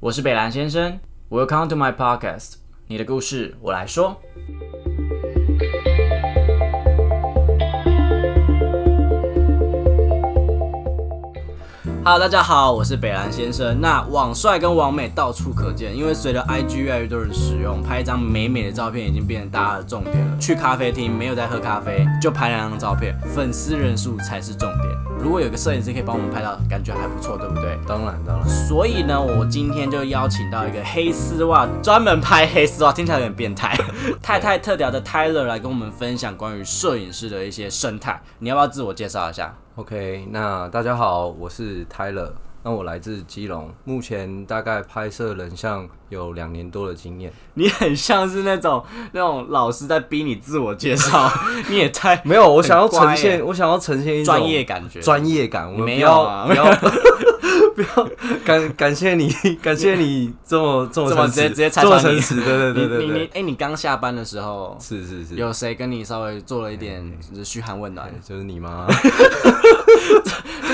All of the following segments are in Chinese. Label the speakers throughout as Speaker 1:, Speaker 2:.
Speaker 1: 我是北兰先生，Welcome to my podcast，你的故事我来说。Hello，大家好，我是北兰先生。那网帅跟网美到处可见，因为随着 IG 越来越多人使用，拍一张美美的照片已经变成大家的重点了。去咖啡厅没有在喝咖啡，就拍两张照片，粉丝人数才是重点。如果有个摄影师可以帮我们拍到，感觉还不错，对不对？
Speaker 2: 当然当然，
Speaker 1: 所以呢，我今天就邀请到一个黑丝袜，专门拍黑丝袜，听起来有点变态。 太太特调的 Tyler 来跟我们分享关于摄影师的一些生态。你要不要自我介绍一下？
Speaker 2: OK，那大家好，我是 Tyler，那我来自基隆，目前大概拍摄人像有两年多的经验。
Speaker 1: 你很像是那种那种老师在逼你自我介 绍，你也太
Speaker 2: 没有，我想要
Speaker 1: 很乖
Speaker 2: 呈现，我想要呈现一种
Speaker 1: 专业感觉。
Speaker 2: 专业感，我们
Speaker 1: 没
Speaker 2: 不
Speaker 1: 有
Speaker 2: 要
Speaker 1: 啊
Speaker 2: 不要 不要感感谢你， 感谢你这么这么
Speaker 1: 这么
Speaker 2: 诚
Speaker 1: 直接
Speaker 2: 实
Speaker 1: 直接拆
Speaker 2: 这么
Speaker 1: 穿你
Speaker 2: 诚实，对对
Speaker 1: 你
Speaker 2: 对
Speaker 1: 你
Speaker 2: 对
Speaker 1: 你
Speaker 2: 对，
Speaker 1: 哎，你刚下班的时候，
Speaker 2: 是是是，
Speaker 1: 有谁跟你稍微做了一点就是嘘寒问暖？
Speaker 2: 就是你吗？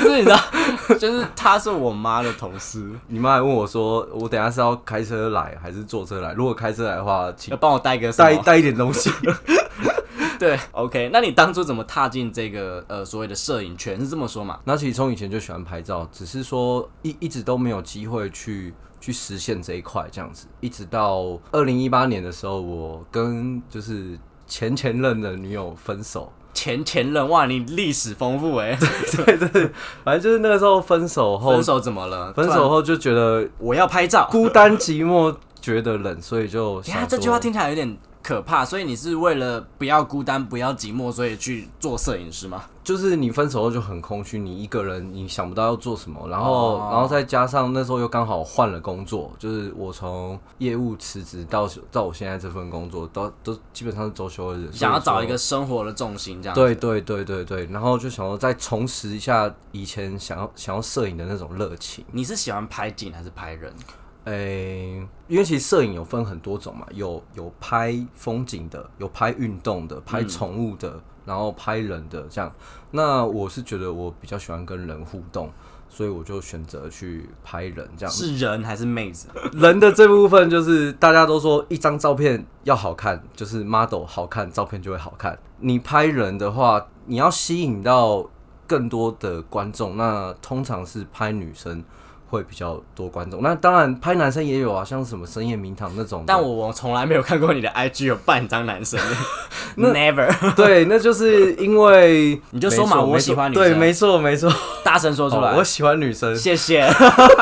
Speaker 1: 就是你知道，就是她是我妈的同事，
Speaker 2: 你妈还问我说，我等一下是要开车来还是坐车来？如果开车来的话，请
Speaker 1: 要帮我带个什
Speaker 2: 带
Speaker 1: 么？
Speaker 2: 带一点东西。
Speaker 1: 对，OK，那你当初怎么踏进这个呃所谓的摄影圈？是这么说嘛？
Speaker 2: 那其实从以前就喜欢拍照，只是说一一直都没有机会去去实现这一块这样子，一直到二零一八年的时候，我跟就是前前任的女友分手，
Speaker 1: 前前任哇，你历史丰富哎、
Speaker 2: 反正就是那个时候分手 后
Speaker 1: 分，手怎么了？
Speaker 2: 分
Speaker 1: 突然
Speaker 2: 手后就觉得
Speaker 1: 我要拍 照。
Speaker 2: 孤单寂寞，觉得冷，所以就
Speaker 1: 等一
Speaker 2: 想
Speaker 1: 下
Speaker 2: 说
Speaker 1: 这句话听起来有点可怕，所以你是为了不要孤单、不要寂寞，所以去做摄影师吗？
Speaker 2: 就是你分手后就很空虚，你一个人，你想不到要做什么，然后，
Speaker 1: 哦
Speaker 2: 然后再加上那时候又刚好换了工作，就是我从业务辞职到到我现在这份工作，都都基本上是周休日，
Speaker 1: 想要找一个
Speaker 2: 所
Speaker 1: 生活的重心，这
Speaker 2: 以
Speaker 1: 样
Speaker 2: 说。对对对对对，然后就想要再重拾一下以前想要想要摄影的那种热情。
Speaker 1: 你是喜欢拍景还是拍人？
Speaker 2: 诶、因为其实摄影有分很多种嘛，有有拍风景的，有拍运动的，拍宠物的，然后拍人的这样。那我是觉得我比较喜欢跟人互动，所以我就选择去拍人这样。
Speaker 1: 是人还是妹子？
Speaker 2: 人的这部分就是大家都说一张照片要好看，就是 model 好看，照片就会好看。你拍人的话，你要吸引到更多的观众，那通常是拍女生。会比较多观众，那当然拍男生也有啊，像什么深夜名堂那种的。
Speaker 1: 但我我从来没有看过你的 IG 有半张男生 的，never。
Speaker 2: 对，那就是因为
Speaker 1: 你就说嘛
Speaker 2: 没错
Speaker 1: 我
Speaker 2: 没错
Speaker 1: 喜欢女生
Speaker 2: 对，没错没错，
Speaker 1: 大声说出
Speaker 2: 哦
Speaker 1: 来，
Speaker 2: 我喜欢女生，
Speaker 1: 谢谢。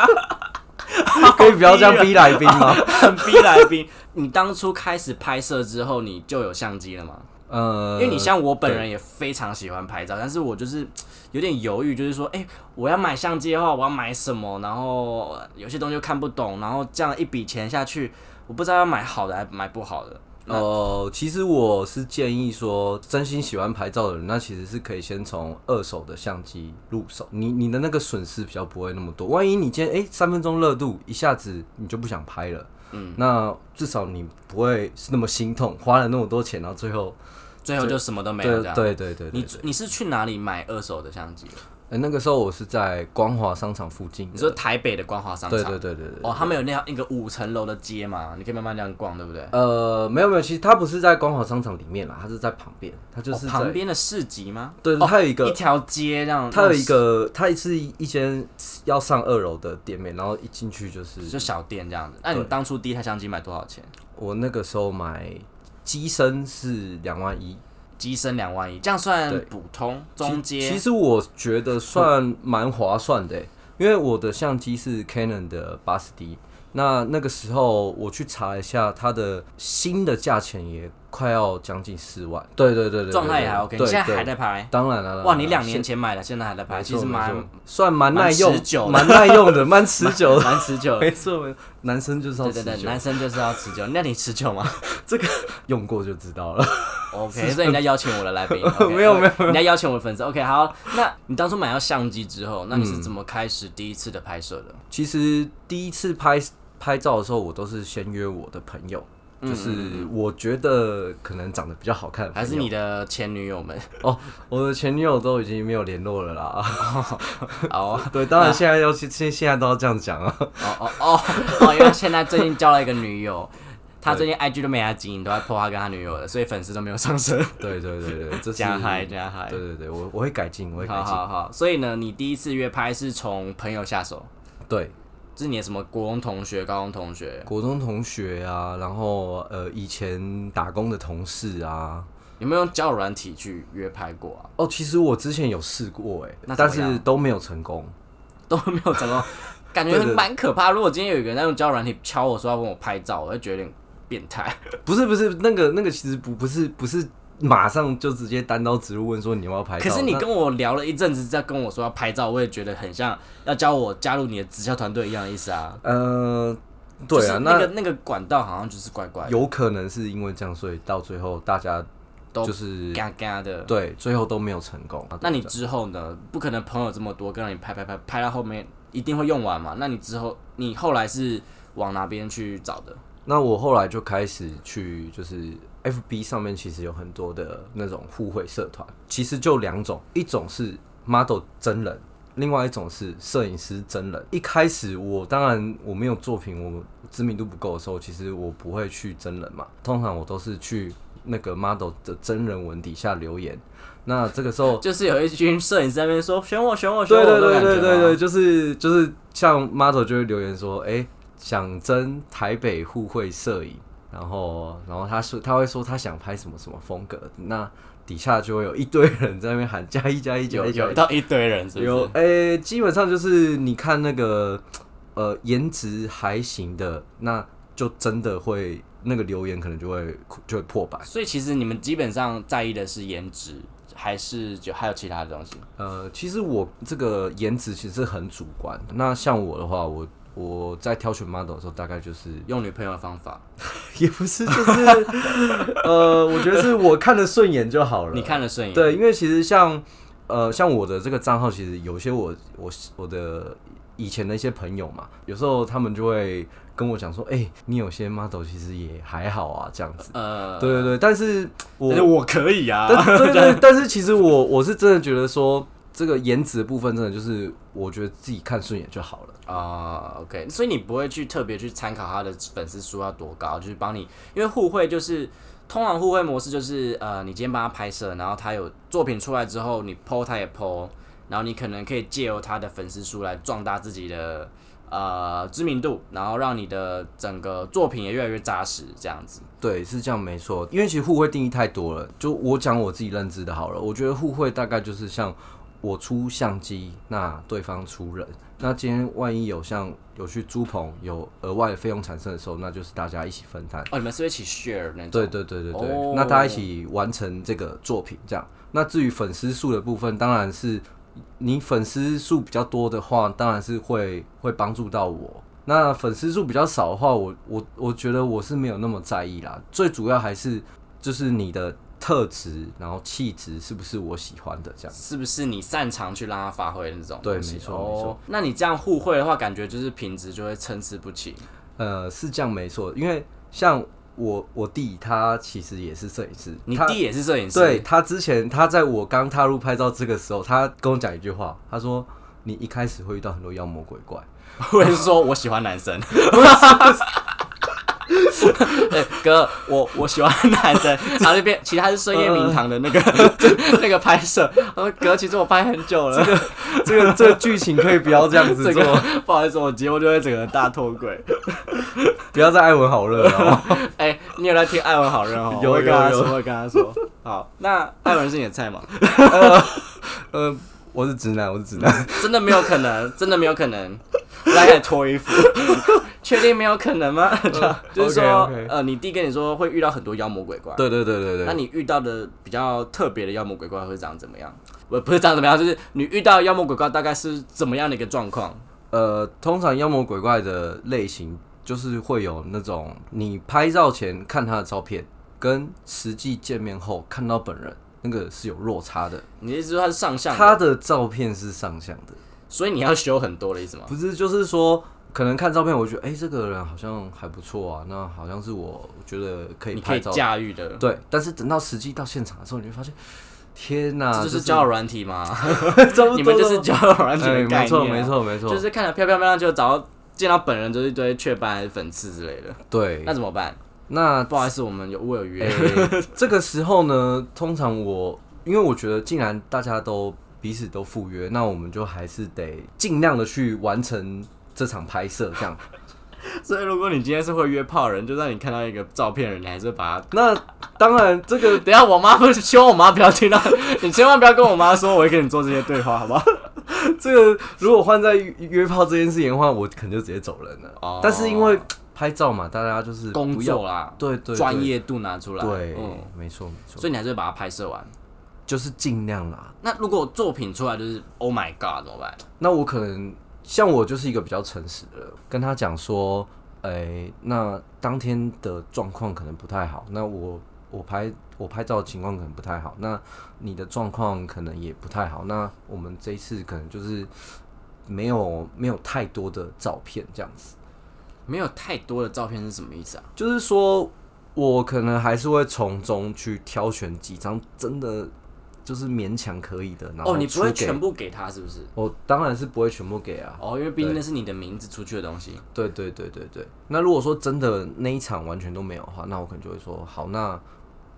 Speaker 1: 啊
Speaker 2: 可以不要这样逼来宾吗？
Speaker 1: 很逼来宾。你当初开始拍摄之后，你就有相机了吗？
Speaker 2: 呃，
Speaker 1: 因为你像我本人也非常喜欢拍照，但是我就是有点犹豫，就是说，哎、我要买相机的话，我要买什么？然后有些东西又看不懂，然后这样一笔钱下去，我不知道要买好的还买不好的。
Speaker 2: 哦，其实我是建议说，真心喜欢拍照的人，那其实是可以先从二手的相机入手，你你的那个损失比较不会那么多。万一你今天哎三、分钟热度，一下子你就不想拍了，嗯，那至少你不会那么心痛，花了那么多钱，然后最后
Speaker 1: 最后就什么都没有
Speaker 2: 对
Speaker 1: 这样。
Speaker 2: 对对对，
Speaker 1: 你
Speaker 2: 对
Speaker 1: 你是去哪里买二手的相机？
Speaker 2: 哎那个时候我是在光华商场附近的，
Speaker 1: 你说台北的光华商场？
Speaker 2: 对对对对对。
Speaker 1: 哦，他们有那样一个五层楼的街嘛，你可以慢慢这样逛，对不对？
Speaker 2: 呃，没有没有，其实它不是在光华商场里面啦，它是在旁边，它就是
Speaker 1: 哦
Speaker 2: 在
Speaker 1: 旁边的市集吗？哦
Speaker 2: 对，它有一个
Speaker 1: 一条街这样。哦
Speaker 2: 它有一个，它是一间要上二楼的店面，然后一进去就是
Speaker 1: 就小店这样子。那你当初第一台相机买多少钱？
Speaker 2: 我那个时候买机身是两万一，
Speaker 1: 机身两万一，这样算
Speaker 2: 对
Speaker 1: 普通中
Speaker 2: 其
Speaker 1: 阶
Speaker 2: 其实我觉得算蛮划算的欸、因为我的相机是 Canon 的八十 D，那那个时候我去查一下，它的新的价钱也快要将近四万。对对对对，
Speaker 1: 状态
Speaker 2: 对
Speaker 1: 也还 OK。你
Speaker 2: 对
Speaker 1: 现在还在
Speaker 2: 对
Speaker 1: 拍？
Speaker 2: 当然了，
Speaker 1: 哇，你两
Speaker 2: 年。
Speaker 1: 年前买的，现在还在拍，
Speaker 2: 没
Speaker 1: 其
Speaker 2: 错
Speaker 1: 实蛮
Speaker 2: 没错算蛮耐用
Speaker 1: 蛮持久的、
Speaker 2: 蛮耐用的、 蛮持久的。
Speaker 1: 蛮持久的。
Speaker 2: 没错，没错男生就是要
Speaker 1: 对
Speaker 2: 持
Speaker 1: 对
Speaker 2: 久，
Speaker 1: 对，男生就是要持久。那你持 久吗
Speaker 2: 用过就知道了。
Speaker 1: ？OK，所以你在邀请我的来 宾 OK，
Speaker 2: 没有没有
Speaker 1: 你在邀请我的粉丝。OK，好，那你当初买到相机之后，那你
Speaker 2: 嗯
Speaker 1: 是怎么开始第一次的拍摄的？
Speaker 2: 其实第一次拍拍照的时候，我都是先约我的朋友，就是我觉得可能长得比较好看的朋
Speaker 1: 还
Speaker 2: 友，
Speaker 1: 是你的前女 友们？
Speaker 2: 哦，我的前女友都已经没有联络了 啦。
Speaker 1: 哦
Speaker 2: 对，当然现在要现现现在都要这样讲 啊。
Speaker 1: 哦哦哦哦，因为现在最近交了一个女友，他最近 IG 都没来经营，都在破他跟他女友的，所以粉丝都没有上升。
Speaker 2: 对对对对，这是
Speaker 1: 加嗨加嗨
Speaker 2: 对对对，我我会改进，我会改
Speaker 1: 好
Speaker 2: 进。
Speaker 1: 好好，所以呢，你第一次约拍是从朋友下手，
Speaker 2: 对，
Speaker 1: 是你的什么国中同学、高中同学？
Speaker 2: 国中同学啊，然后呃，以前打工的同事啊。
Speaker 1: 有没有用交友软体去约拍过啊？
Speaker 2: 哦，其实我之前有试过哎、
Speaker 1: 那怎
Speaker 2: 但
Speaker 1: 么样
Speaker 2: 是都没有成功。
Speaker 1: 都没有成功，感觉
Speaker 2: 对对
Speaker 1: 蛮可怕。如果今天有一个人在用交友软体敲我说要跟我拍照，我就觉得有点变态。
Speaker 2: 不是不是，那个那个其实不不是不是马上就直接单刀直入问说你要不要拍照。
Speaker 1: 可是你
Speaker 2: 那
Speaker 1: 跟我聊了一阵子，再跟我说要拍照，我也觉得很像要教我加入你的直销团队一样的意思啊。
Speaker 2: 呃，对
Speaker 1: 就是
Speaker 2: 啊，
Speaker 1: 那个那个管道好像就是怪怪
Speaker 2: 那
Speaker 1: 的，
Speaker 2: 有可能是因为这样，所以到最后大家
Speaker 1: 都
Speaker 2: 就是
Speaker 1: 嘎嘎的。
Speaker 2: 对，最后都没有成功。
Speaker 1: 那你之后呢？不可能朋友这么多，跟着你拍拍拍拍到后面一定会用完嘛？那你之后你后来是往哪边去找的？
Speaker 2: 那我后来就开始去，就是 FB 上面其实有很多的那种互惠社团，其实就两种，一种是 model 真人，另外一种是摄影师真人。一开始我当然我没有作品，我知名度不够的时候，其实我不会去真人嘛，通常我都是去那个 model 的真人文底下留言。那这个时候
Speaker 1: 就是有一群摄影师在那边说选我选我选
Speaker 2: 对
Speaker 1: 我的
Speaker 2: 对对
Speaker 1: 感觉吗，
Speaker 2: 对对对，就是就是像 model 就会留言说，哎、想征台北互惠摄影，然后然后他说他会说他想拍什么什么风格，那底下就会有一堆人在那边喊加一加一加
Speaker 1: 有
Speaker 2: 一加
Speaker 1: 有
Speaker 2: 一，
Speaker 1: 到一堆人是不
Speaker 2: 有
Speaker 1: 是？
Speaker 2: 哎、基本上就是你看那个呃颜值还行的，那就真的会那个留言可能就会就会破百。
Speaker 1: 所以其实你们基本上在意的是颜值，还是就还有其他的东西？
Speaker 2: 呃，其实我这个颜值其实很主观。那像我的话，我我在挑选 model 的时候，大概就是
Speaker 1: 用女朋友的方法，
Speaker 2: 也不是，就是呃，我觉得是我看得顺眼就好了。
Speaker 1: 你看了顺眼，
Speaker 2: 对，因为其实像呃，像我的这个账号，其实有些我我我的以前的一些朋友嘛，有时候他们就会跟我讲说，哎、你有些 model 其实也还好啊，这样子。
Speaker 1: 呃，
Speaker 2: 对对对，但是我
Speaker 1: 但是我可以啊，
Speaker 2: 但对对，但是其实我我是真的觉得说，这个颜值的部分真的就是，我觉得自己看顺眼就好了。
Speaker 1: 啊、o k 所以你不会去特别去参考他的粉丝数要多高，就是帮你，因为互惠就是通常互惠模式就是呃，你今天帮他拍摄，然后他有作品出来之后，你 PO 他也 PO，然后你可能可以借由他的粉丝数来壮大自己的呃知名度，然后让你的整个作品也越来越扎实，这样子。
Speaker 2: 对，是这样没错。因为其实互惠定义太多了，就我讲我自己认知的好了。我觉得互惠大概就是像我出相机，那对方出人。那今天万一有像有去租棚有额外的费用产生的时候，那就是大家一起分摊。
Speaker 1: 哦，你们是不是一起 share 那种？
Speaker 2: 对对对对对，
Speaker 1: 哦
Speaker 2: 那大家一起完成这个作品，这样。那至于粉丝数的部分，当然是你粉丝数比较多的话，当然是会会帮助到我。那粉丝数比较少的话，我我我觉得我是没有那么在意啦。最主要还是就是你的特质，然后气质是不是我喜欢的这样。
Speaker 1: 是不是你擅长去让他发挥的那种
Speaker 2: 对
Speaker 1: 东西？
Speaker 2: 没错
Speaker 1: 哦
Speaker 2: 没错。
Speaker 1: 那你这样互惠的话，感觉就是品质就会参差不齐。
Speaker 2: 呃，是这样没错，因为像我我弟他其实也是摄影师，
Speaker 1: 你
Speaker 2: 他
Speaker 1: 弟也是摄影师，啊
Speaker 2: 对他之前，他在我刚踏入拍照这个时候，他跟我讲一句话，他说：“你一开始会遇到很多妖魔鬼怪。
Speaker 1: 或者是说我喜欢男生。 对欸哥，我我喜欢男生，然后就变，其实他是深夜名堂的那个那个拍摄。他说哥，其实我拍很久了，这个”
Speaker 2: 这个这个剧情可以不要这样子
Speaker 1: 这
Speaker 2: 做，
Speaker 1: 个不好意思，我节目就会整个大脱轨。
Speaker 2: 不要再爱文好热了。哦
Speaker 1: 哎、你有在听艾文好人哦？
Speaker 2: 有
Speaker 1: 我会跟他
Speaker 2: 有
Speaker 1: 说，
Speaker 2: 有
Speaker 1: 我会跟他说。好，那艾文是你的菜吗？
Speaker 2: 呃，我是直男，我是直男。
Speaker 1: 真的没有可能，真的没有可能。我来开始脱衣服， 确定没有可能吗？ 就是说
Speaker 2: OK，OK
Speaker 1: 呃，你弟跟你说会遇到很多妖魔鬼怪，
Speaker 2: 对对对 对
Speaker 1: 那
Speaker 2: 对，
Speaker 1: 你遇到的比较特别的妖魔鬼怪会长怎么样？不不是长怎么样，就是你遇到的妖魔鬼怪大概是怎么样的一个状况？
Speaker 2: 呃，通常妖魔鬼怪的类型就是会有那种你拍照前看他的照片，跟实际见面后看到本人，那个是有落差的。
Speaker 1: 你的意思是说它是上相的，
Speaker 2: 他的照片是上相的。
Speaker 1: 所以你要修很多的意思吗？
Speaker 2: 不是，就是说，可能看照片，我觉得哎、这个人好像还不错啊，那好像是我觉得可以
Speaker 1: 你可
Speaker 2: 拍
Speaker 1: 以
Speaker 2: 照。
Speaker 1: 驾驭的，
Speaker 2: 对，但是等到实际到现场的时候，你会发现，天哪、
Speaker 1: 这啊就是
Speaker 2: 这
Speaker 1: 交友软体 嘛，
Speaker 2: 是差不多
Speaker 1: 你们就是
Speaker 2: 了
Speaker 1: 交友软体
Speaker 2: 哎
Speaker 1: 的概念啊，
Speaker 2: 没错没错没错，
Speaker 1: 就是看着漂漂亮亮就找到见到本人就是一堆雀斑还是粉刺之类的，
Speaker 2: 对
Speaker 1: 那。怎么办？
Speaker 2: 那
Speaker 1: 不好意思，我们有我有约，
Speaker 2: 欸这个时候呢，通常我因为我觉得，既然大家都彼此都赴约，那我们就还是得尽量的去完成这场拍摄，这样。
Speaker 1: 所以如果你今天是会约炮的人，就算你看到一个照片的人，你还是把它。
Speaker 2: 那当然，这 个
Speaker 1: 等一下，我妈不是希望我妈不要听到， 你千万不要跟我妈说我会跟你做这些对话，好不 好？
Speaker 2: 这个如果换在约炮这件事情的话，我可能就直接走人了。
Speaker 1: 哦
Speaker 2: 但是因为拍照嘛，大家就是
Speaker 1: 工
Speaker 2: 不要
Speaker 1: 作啦，
Speaker 2: 对对对
Speaker 1: 专业度拿出来，
Speaker 2: 对，
Speaker 1: 嗯，
Speaker 2: 没错没错，
Speaker 1: 所以你还是会把它拍摄完。
Speaker 2: 就是尽量啦。
Speaker 1: 那如果作品出来就是 Oh my God 怎么办？
Speaker 2: 那我可能像我就是一个比较诚实的人，跟他讲说，哎、那当天的状况可能不太好，那我我拍我拍照的情况可能不太好，那你的状况可能也不太好，那我们这一次可能就是没有没有太多的照片这样子，
Speaker 1: 没有太多的照片是什么意思啊？
Speaker 2: 就是说我可能还是会从中去挑选几张真的就是勉强可以的，然后
Speaker 1: 哦，你不会
Speaker 2: 出给
Speaker 1: 全部给他是不是？
Speaker 2: 我当然是不会全部给啊。
Speaker 1: 哦，因为毕竟那是你的名字出去的东西。
Speaker 2: 对对对对对。那如果说真的那一场完全都没有的话，那我可能就会说好，那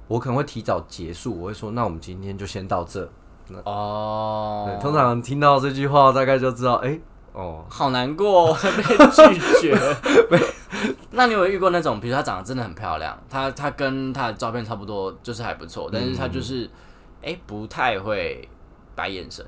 Speaker 2: 我可能会提早结束，我会说那我们今天就先到这。对，
Speaker 1: 哦，
Speaker 2: 通常听到这句话，大概就知道，哎、哦，
Speaker 1: 好难过、哦， 被拒绝。那你有没有遇过那种，比如她长得真的很漂亮，她她跟她的照片差不多，就是还不错，但是她就是哎、诶不太会摆眼神，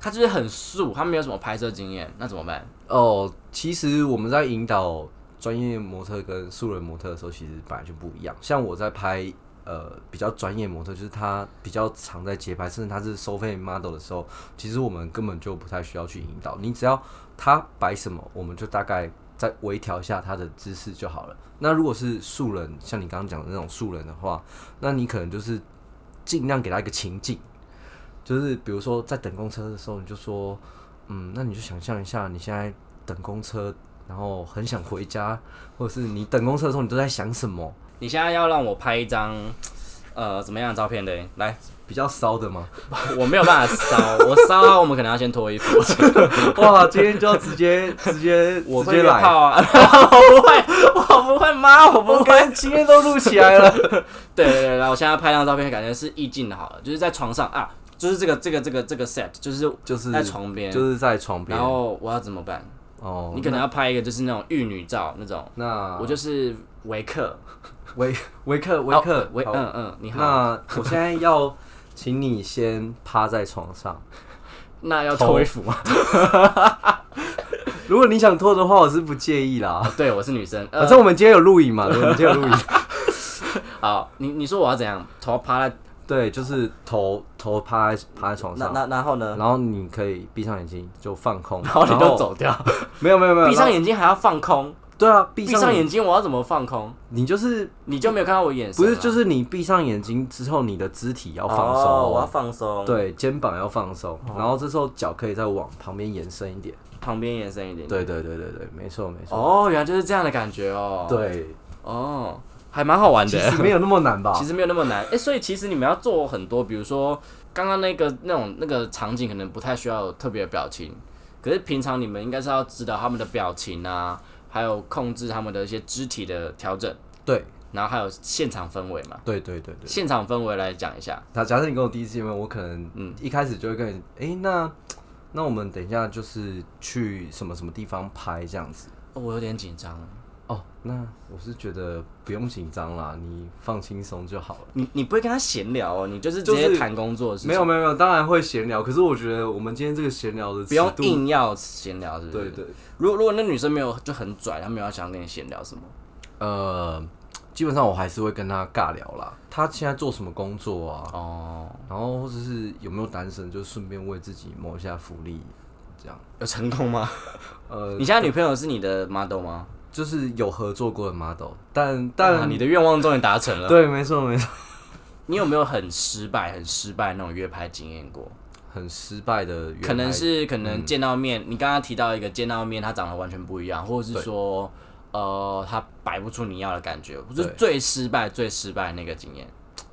Speaker 1: 她就是很素，她没有什么拍摄经验，那怎么办？
Speaker 2: 哦，其实我们在引导专业模特跟素人模特的时候，其实本来就不一样。像我在拍呃比较专业模特，就是他比较常在街拍，甚至他是收费 model 的时候，其实我们根本就不太需要去引导，你只要他摆什么，我们就大概。再微调一下他的姿势就好了。那如果是素人，像你刚刚讲的那种素人的话，那你可能就是尽量给他一个情境，就是比如说在等公车的时候，你就说，嗯，那你就想象一下，你现在等公车，然后很想回家，或者是你等公车的时候，你都在想什么？
Speaker 1: 你现在要让我拍一张呃怎么样的照片的？来，
Speaker 2: 比较骚的吗？
Speaker 1: 我没有办法烧，我烧啊我们可能要先脱衣服。
Speaker 2: 哇，今天就要直接直接
Speaker 1: 我
Speaker 2: 直
Speaker 1: 会
Speaker 2: 接
Speaker 1: 约
Speaker 2: 来，
Speaker 1: 炮啊！我不会，我不会，妈，我不会。
Speaker 2: 跟今天都录起来 了。
Speaker 1: 对对对，然后我现在拍张照片，感觉是意境的好了，就是在床上啊，就是这个这个这个这个 set，就是
Speaker 2: 就是
Speaker 1: 在床边，
Speaker 2: 就是在床边
Speaker 1: 然后我要怎么办？
Speaker 2: 哦。
Speaker 1: 你可能要拍一个就是那种玉女照那种，啊
Speaker 2: 那
Speaker 1: 我就是维克，
Speaker 2: 维维克维克
Speaker 1: 哦维
Speaker 2: 好
Speaker 1: 嗯嗯，你好，
Speaker 2: 那我现在要请你先趴在床上。
Speaker 1: 那要脱衣服吗？
Speaker 2: 如果你想脱的话，我是不介意啦。
Speaker 1: 哦 对，我是女 生，
Speaker 2: 反
Speaker 1: 呃，
Speaker 2: 正我们今天有录影嘛，对我们今天有录影。
Speaker 1: 好，你你说我要怎样？头趴在
Speaker 2: 对，就是头头趴在趴在床上，
Speaker 1: 那然后呢？
Speaker 2: 然后你可以闭上眼睛就放空，
Speaker 1: 然后你就。走掉，
Speaker 2: 没有没有没有，
Speaker 1: 闭上
Speaker 2: 然后
Speaker 1: 眼睛还要放空，
Speaker 2: 对啊，闭
Speaker 1: 闭
Speaker 2: 上
Speaker 1: 上
Speaker 2: 眼，
Speaker 1: 眼睛我要怎么放空？
Speaker 2: 你就是
Speaker 1: 你就没有看到我眼神
Speaker 2: 不
Speaker 1: 啊，
Speaker 2: 是就是你闭上眼睛之后，你的肢体要
Speaker 1: 要
Speaker 2: 放松哦，
Speaker 1: 放松，哦
Speaker 2: 对，肩膀要放松，然后这时候脚可以再往旁边延伸一点。
Speaker 1: 旁边延伸一点。
Speaker 2: 对对对对对，没错没错。
Speaker 1: 哦，原来就是这样的感觉哦。，
Speaker 2: 对，
Speaker 1: 哦，还蛮好玩
Speaker 2: 其
Speaker 1: 的。
Speaker 2: 实啊没有那么难吧
Speaker 1: 其？实没有那么难，哎、所以其实你们要做很多，比如说刚刚那个那种那个场景，可能不太需要有特别的表情，可是平常你们应该是要指导他们的表情啊，还有控制他们的一些肢体的调整，
Speaker 2: 对
Speaker 1: 然后还有现场氛围嘛。
Speaker 2: 对对对对。
Speaker 1: 现场氛围来讲一下，
Speaker 2: 那假设你跟我第一次见面，我可能
Speaker 1: 嗯
Speaker 2: 一开始就会跟你，哎，那那我们等一下就是去什么什么地方拍这样子。
Speaker 1: 哦、我有点紧张。
Speaker 2: 哦，那我是觉得不用紧张啦，你放轻松就好了。
Speaker 1: 你你不会跟他闲聊哦，你就是直
Speaker 2: 就
Speaker 1: 接
Speaker 2: 是
Speaker 1: 谈工作的事情，
Speaker 2: 没有没有没有，当然会闲聊，可是我觉得我们今天这个闲聊的
Speaker 1: 不用
Speaker 2: 尺度
Speaker 1: 硬要闲聊，是不是？
Speaker 2: 对对，
Speaker 1: 如果如果那女生没有就很拽，她没有想跟你闲聊什么，
Speaker 2: 呃，基本上我还是会跟他尬聊啦。他现在做什么工作啊？
Speaker 1: 哦，
Speaker 2: 然后或者是有没有单身，就顺便为自己谋一下福利，这样。
Speaker 1: 有成功吗？
Speaker 2: 呃，
Speaker 1: 你现在女朋友是你的 model 吗？
Speaker 2: 就是有合作过的 model，但但、
Speaker 1: 啊你的愿望终于达成了。
Speaker 2: 对，没错没错，
Speaker 1: 你有没有很失败、很失败那种约拍经验过？
Speaker 2: 很失败的原来，
Speaker 1: 可能是可
Speaker 2: 嗯
Speaker 1: 能见到面，你刚刚提到一个见到面，他长得完全不一样，或者是说，呃，他摆不出你要的感觉，就是
Speaker 2: 对
Speaker 1: 最失败、最失败的那个经验。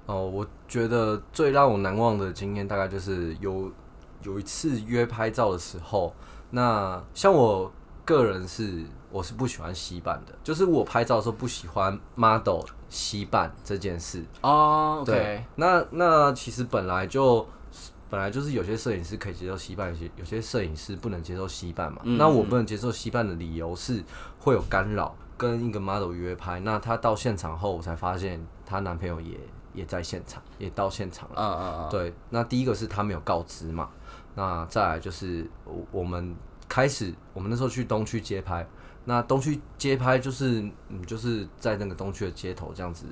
Speaker 2: 哦，我觉得最让我难忘的经验大概就是有有一次约拍照的时候，那像我个人是我是不喜欢洗版的，就是我拍照的时候不喜欢 model 洗版这件事。
Speaker 1: 哦
Speaker 2: 对
Speaker 1: ，OK，，
Speaker 2: 那那其实本来就本来就是有些摄影师可以接受洗版，有些有些摄影师不能接受洗版嘛。
Speaker 1: 嗯
Speaker 2: 那我不能接受洗版的理由是会有干扰，跟一个 model 约拍，那她到现场后，我才发现她男朋友也也在现场，也到现场了。
Speaker 1: 嗯嗯
Speaker 2: 对，那第一个是她没有告知嘛，那再来就是我我们开始，我们那时候去东区街拍。那东区街拍就是，嗯，就是在那个东区的街头这样子，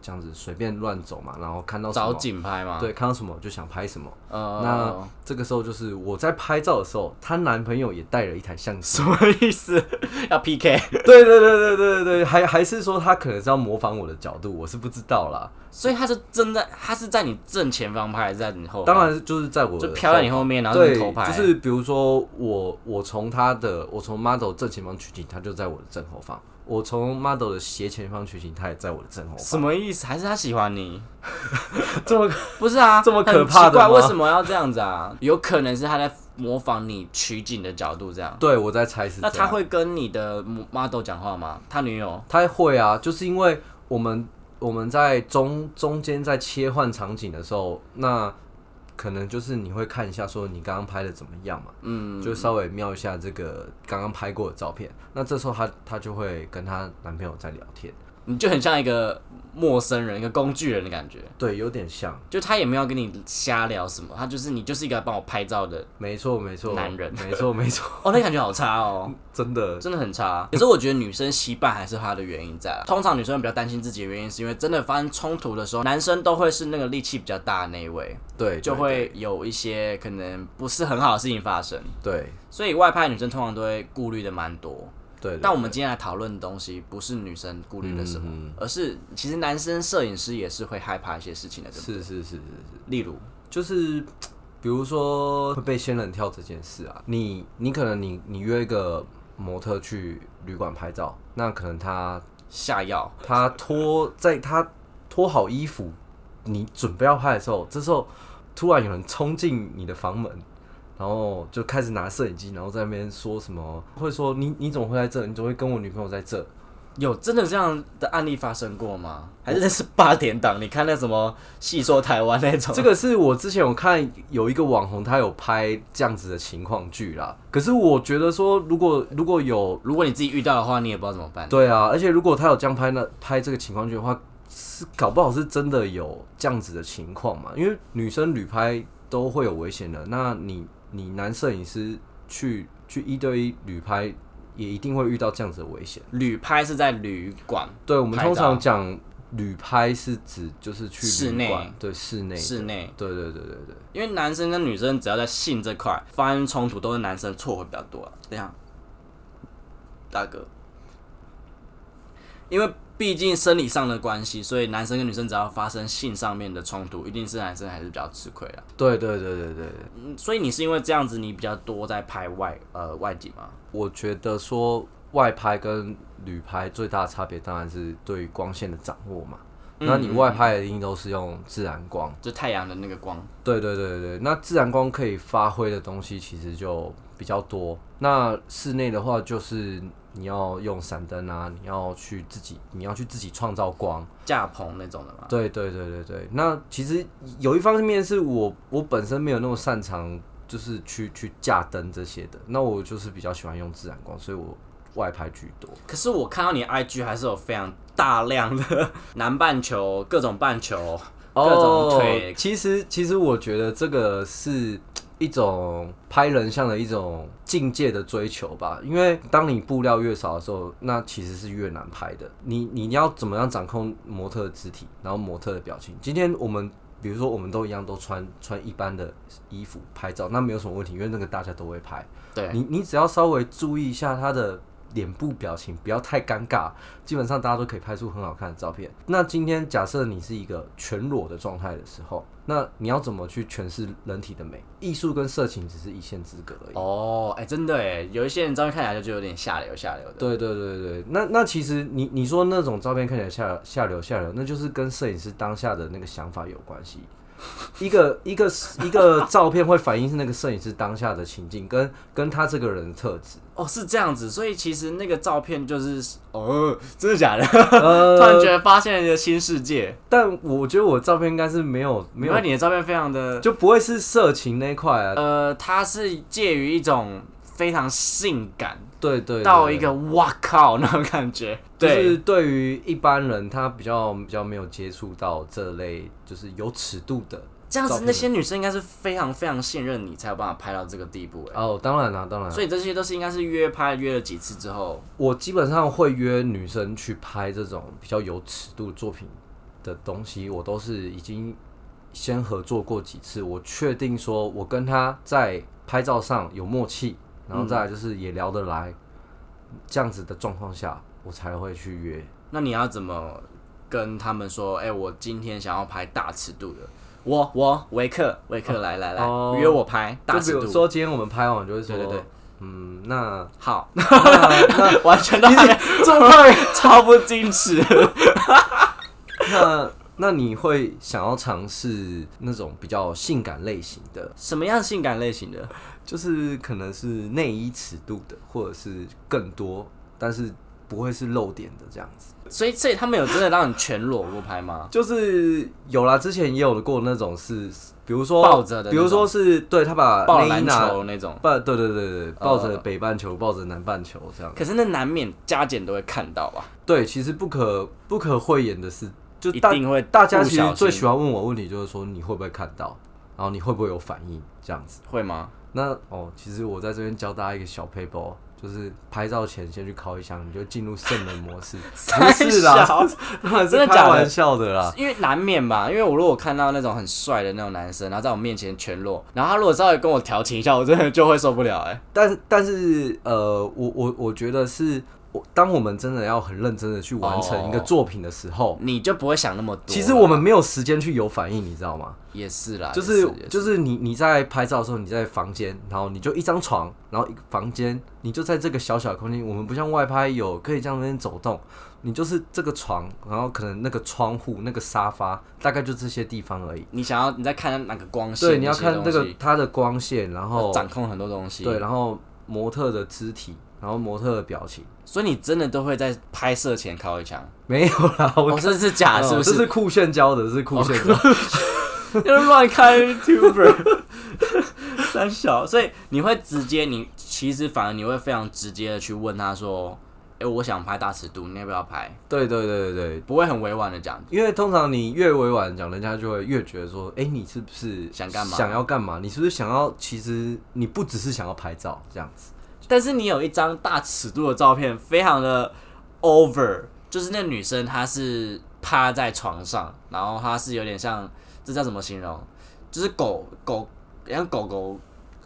Speaker 2: 这样子随便乱走嘛，然后看到
Speaker 1: 嗯，
Speaker 2: 什么
Speaker 1: 找景拍嘛，
Speaker 2: 对，看到什么就想拍什么。
Speaker 1: 呃，
Speaker 2: 那这个时候就是我在拍照的时候，她男朋友也带了一 台相机。
Speaker 1: 什么意思？要 PK？
Speaker 2: 对对对对对对，还还是说他可能是要模仿我的角度，我是不知道啦。
Speaker 1: 所以他是真的，他是在你正前方拍，还是在你后方？
Speaker 2: 当然就是在我
Speaker 1: 哦就
Speaker 2: 的
Speaker 1: 飘在你后面，然后在
Speaker 2: 对，
Speaker 1: 你偷拍，
Speaker 2: 就是比如说我我从他的我从 model 正前方取景，他就在我的正后方；我从 model 的斜前方取景，他也在我的正后 方。
Speaker 1: 什么意思？还是他喜欢 你？
Speaker 2: 这么
Speaker 1: 不是啊，
Speaker 2: 这么可
Speaker 1: 很
Speaker 2: 怕的
Speaker 1: 奇怪，
Speaker 2: 吗
Speaker 1: 为什么要这样子啊？有可能是他在模仿你取景的角度这样。
Speaker 2: 对我在猜是这
Speaker 1: 那
Speaker 2: 样。
Speaker 1: 他会跟你的 model 讲话吗？他女友？
Speaker 2: 他会啊，就是因为我们我们在中中间在切换场景的时候，那可能就是你会看一下说你刚刚拍的怎么样嘛，
Speaker 1: 嗯，
Speaker 2: 就稍微瞄一下这个刚刚拍过的照片。那这时候她她就会跟她男朋友在聊天，
Speaker 1: 你就很像一个陌生人，一个工具人的感觉。
Speaker 2: 对，有点像，
Speaker 1: 就他也没有跟你瞎聊什么，他就是你就是一个帮我拍照 的。
Speaker 2: 没错没错，
Speaker 1: 男人
Speaker 2: 没错没错，
Speaker 1: 哦，那感觉好差哦，
Speaker 2: 真的
Speaker 1: 真的很差。可是我觉得女生惜败还是她的原因在啦。通常女生比较担心自己的原因，是因为真的发生冲突的时候，男生都会是那个力气比较大的那一位，
Speaker 2: 对，
Speaker 1: 就
Speaker 2: 对
Speaker 1: 会有一些可能不是很好的事情发生。
Speaker 2: 对
Speaker 1: 所以外派女生通常都会顾虑的蛮多。
Speaker 2: 对，
Speaker 1: 但我们今天来讨论的东西，不是女生顾虑的什么，而是其实男生摄影师也是会害怕一些事情的，对不
Speaker 2: 是是是是是。
Speaker 1: 对例如，
Speaker 2: 就是比如说会被仙人跳这件事啊，你你可能你你约一个模特去旅馆拍照，那可能他
Speaker 1: 下药，
Speaker 2: 他脱在他脱好衣服，你准备要拍的时候，这时候突然有人冲进你的房门。然后就开始拿摄影机，然后在那边说什么，会说你你怎么会在这？你怎么会跟我女朋友在这？
Speaker 1: 有真的这样的案例发生过吗？还是那是八点档？你看那什么戏说台湾那种，
Speaker 2: 这个是我之前有看有一个网红，他有拍这样子的情况剧啦。可是我觉得说，如果如果有
Speaker 1: 如果你自己遇到的话，你也不知道怎么办。
Speaker 2: 对啊，而且如果他有这样拍那拍这个情况剧的话，是搞不好是真的有这样子的情况嘛？因为女生旅拍都会有危险的，那你你男摄影师去去一对一旅拍，也一定会遇到这样子的危险。
Speaker 1: 旅拍是在旅馆，
Speaker 2: 对我们
Speaker 1: 拍照
Speaker 2: 通常讲旅拍是指就是去
Speaker 1: 室内
Speaker 2: 旅馆对室内，
Speaker 1: 室内，
Speaker 2: 对对对对对，
Speaker 1: 因为男生跟女生只要在性这块发生冲突，都是男生错会比较多、啊。等一下，大哥，因为毕竟生理上的关系，所以男生跟女生只要发生性上面的冲突，一定是男生还是比较吃亏的。
Speaker 2: 对对对对对。
Speaker 1: 嗯，所以你是因为这样子，你比较多在拍外呃外景吗？
Speaker 2: 我觉得说外拍跟旅拍最大的差别当然是对于光线的掌握嘛。
Speaker 1: 嗯
Speaker 2: 那你外拍一定都是用自然光，
Speaker 1: 就太阳的那个光，
Speaker 2: 对对对对对。那自然光可以发挥的东西其实就比较多。那室内的话，就是你要用闪灯啊，你要去自己，你要去自己创造光。
Speaker 1: 架棚那种的嘛。
Speaker 2: 对对对对对，那其实有一方面是我我本身没有那么擅长，就是去去架灯这些的。那我就是比较喜欢用自然光，所以我外拍居多。
Speaker 1: 可是我看到你 IG 还是有非常大量的 南半球各种半球，各种腿
Speaker 2: 哦、其实其实我觉得这个是一种拍人像的一种境界的追求吧，因为当你布料越少的时候，那其实是越难拍的。你你要怎么样掌控模特的肢体，然后模特的表情？今天我们。比如说，我们都一样，都穿穿一般的衣服拍照，那没有什么问题，因为那个大家都会拍。
Speaker 1: 对，
Speaker 2: 你你只要稍微注意一下他的脸部表情不要太尴尬，基本上大家都可以拍出很好看的照片。那今天假设你是一个全裸的状态的时候，那你要怎么去诠释人体的美？艺术跟色情只是一线之隔而已。
Speaker 1: 哦，哎、真的哎，有一些人照片看起来就就有点下流下流的。
Speaker 2: 对对对对，那那其实你你说那种照片看起来下下流下流，那就是跟摄影师当下的那个想法有关系。一个一个一个照片会反映是那个摄影师当下的情境，跟跟他这个人的特 质。
Speaker 1: 哦，是这样子，所以其实那个照片就是，哦，真的假的？
Speaker 2: 呃，
Speaker 1: 突然觉得发现了一个新世界。
Speaker 2: 但我觉得我照片应该是没有
Speaker 1: 没
Speaker 2: 没有
Speaker 1: 有，，你的照片非常的，
Speaker 2: 就不会是色情那一块啊。
Speaker 1: 呃，它是介于一种非常性感
Speaker 2: 对对对
Speaker 1: 到一个哇靠那种感觉。
Speaker 2: 就
Speaker 1: 对，
Speaker 2: 是对于一般人，他比较比较没有接触到这类就是有尺度的。
Speaker 1: 这样
Speaker 2: 照
Speaker 1: 子
Speaker 2: 片
Speaker 1: 那些女生应该是非常非常信任你，才有办法拍到这个地步。哎，
Speaker 2: 哦，当然啦、当然啦、
Speaker 1: 所以这些都是应该是约拍约了几次之后，
Speaker 2: 我基本上会约女生去拍这种比较有尺度作品的东西，我都是已经先合作过几次，我确定说我跟她在拍照上有默契，然后再来就是也聊得来，这样子的状况下，我才会去约。
Speaker 1: 那你要怎么跟他们说？哎、我今天想要拍大尺度的，我我维克维克来来来、
Speaker 2: 哦
Speaker 1: 约我拍大
Speaker 2: 就比
Speaker 1: 尺
Speaker 2: 如
Speaker 1: 度，
Speaker 2: 说今天我们拍完，就会说，
Speaker 1: 对对对
Speaker 2: 嗯，那
Speaker 1: 好，
Speaker 2: 那
Speaker 1: 完全都还这么快 超不矜持。
Speaker 2: 那那你会想要尝试那种比较性感类型的
Speaker 1: 什么样性感类型的？
Speaker 2: 就是可能是内衣尺度的，或者是更多，但是不会是露点的这样子。
Speaker 1: 所以，所以他们有真的让你全裸过拍吗？
Speaker 2: 就是有啦，之前也有过那种是，比如说
Speaker 1: 抱着的那种
Speaker 2: 比如说是对他把
Speaker 1: 抱
Speaker 2: 内衣
Speaker 1: 篮
Speaker 2: 拿，
Speaker 1: 球哦那种，
Speaker 2: 抱对对对对，抱着北半球，抱着南半球这样。
Speaker 1: 可是那难免加减都会看到吧？
Speaker 2: 对，其实不可不可讳言的是，就
Speaker 1: 一
Speaker 2: 大
Speaker 1: 定会
Speaker 2: 大家
Speaker 1: 不
Speaker 2: 其
Speaker 1: 小
Speaker 2: 实
Speaker 1: 心
Speaker 2: 最喜欢问我问题就是说你会不会看到，然后你会不会有反应这样子。
Speaker 1: 会吗？
Speaker 2: 那哦，其实我在这边教大家一个小 paper，就是拍照前先去烤一箱，你就进入圣人 模式。不是啦，
Speaker 1: 小
Speaker 2: 当然
Speaker 1: 真的
Speaker 2: 是
Speaker 1: 假
Speaker 2: 开
Speaker 1: 的
Speaker 2: 玩笑的啦。
Speaker 1: 因为难免吧，因为我如果看到那种很帅的那种男生，然后在我面前全裸，然后他如果稍微跟我调情一下，我真的就会受不了哎、
Speaker 2: 但但是呃，我我我觉得是我当我们真的要很认真的去完成一个
Speaker 1: 哦
Speaker 2: 作品的时候，
Speaker 1: 你就不会想那么多啦。啊
Speaker 2: 其实我们没有时间去有反应，你知道吗？
Speaker 1: 也是啦，
Speaker 2: 就
Speaker 1: 也
Speaker 2: 是
Speaker 1: 也
Speaker 2: 就是你你在拍照的时候，你在房间，然后你就一张床，然后一个房间，你就在这个小小的空间。我们不像外拍有可以这样那边走动，你就是这个床，然后可能那个窗户、那个沙发，大概就这些地方而已。
Speaker 1: 你想要你在看哪个光线，
Speaker 2: 对，你要看
Speaker 1: 这
Speaker 2: 那个它的光线，然后
Speaker 1: 掌控很多东西，
Speaker 2: 对，，然后模特的肢体，然后模特的表情，
Speaker 1: 所以你真的都会在拍摄前敲一枪，
Speaker 2: 没有啦，我
Speaker 1: 哦，这是假的是不
Speaker 2: 这是哦
Speaker 1: 是？
Speaker 2: 酷炫教的，这是酷炫教的。
Speaker 1: 要乱开 YouTuber，三小，所以你会直接，你其实反而你会非常直接的去问他说，哎、我想拍大尺度，你要不要拍？
Speaker 2: 对对对对对，
Speaker 1: 不会很委婉的讲，
Speaker 2: 因为通常你越委婉讲，人家就会越觉得说，哎、你是不是
Speaker 1: 想干嘛
Speaker 2: 想要干嘛？你是不是想要？其实你不只是想要拍照这样子。
Speaker 1: 但是你有一张大尺度的照片，非常的 over，就是那女生她是趴在床上，然后她是有点像，这叫怎么形容？就是狗狗，像狗狗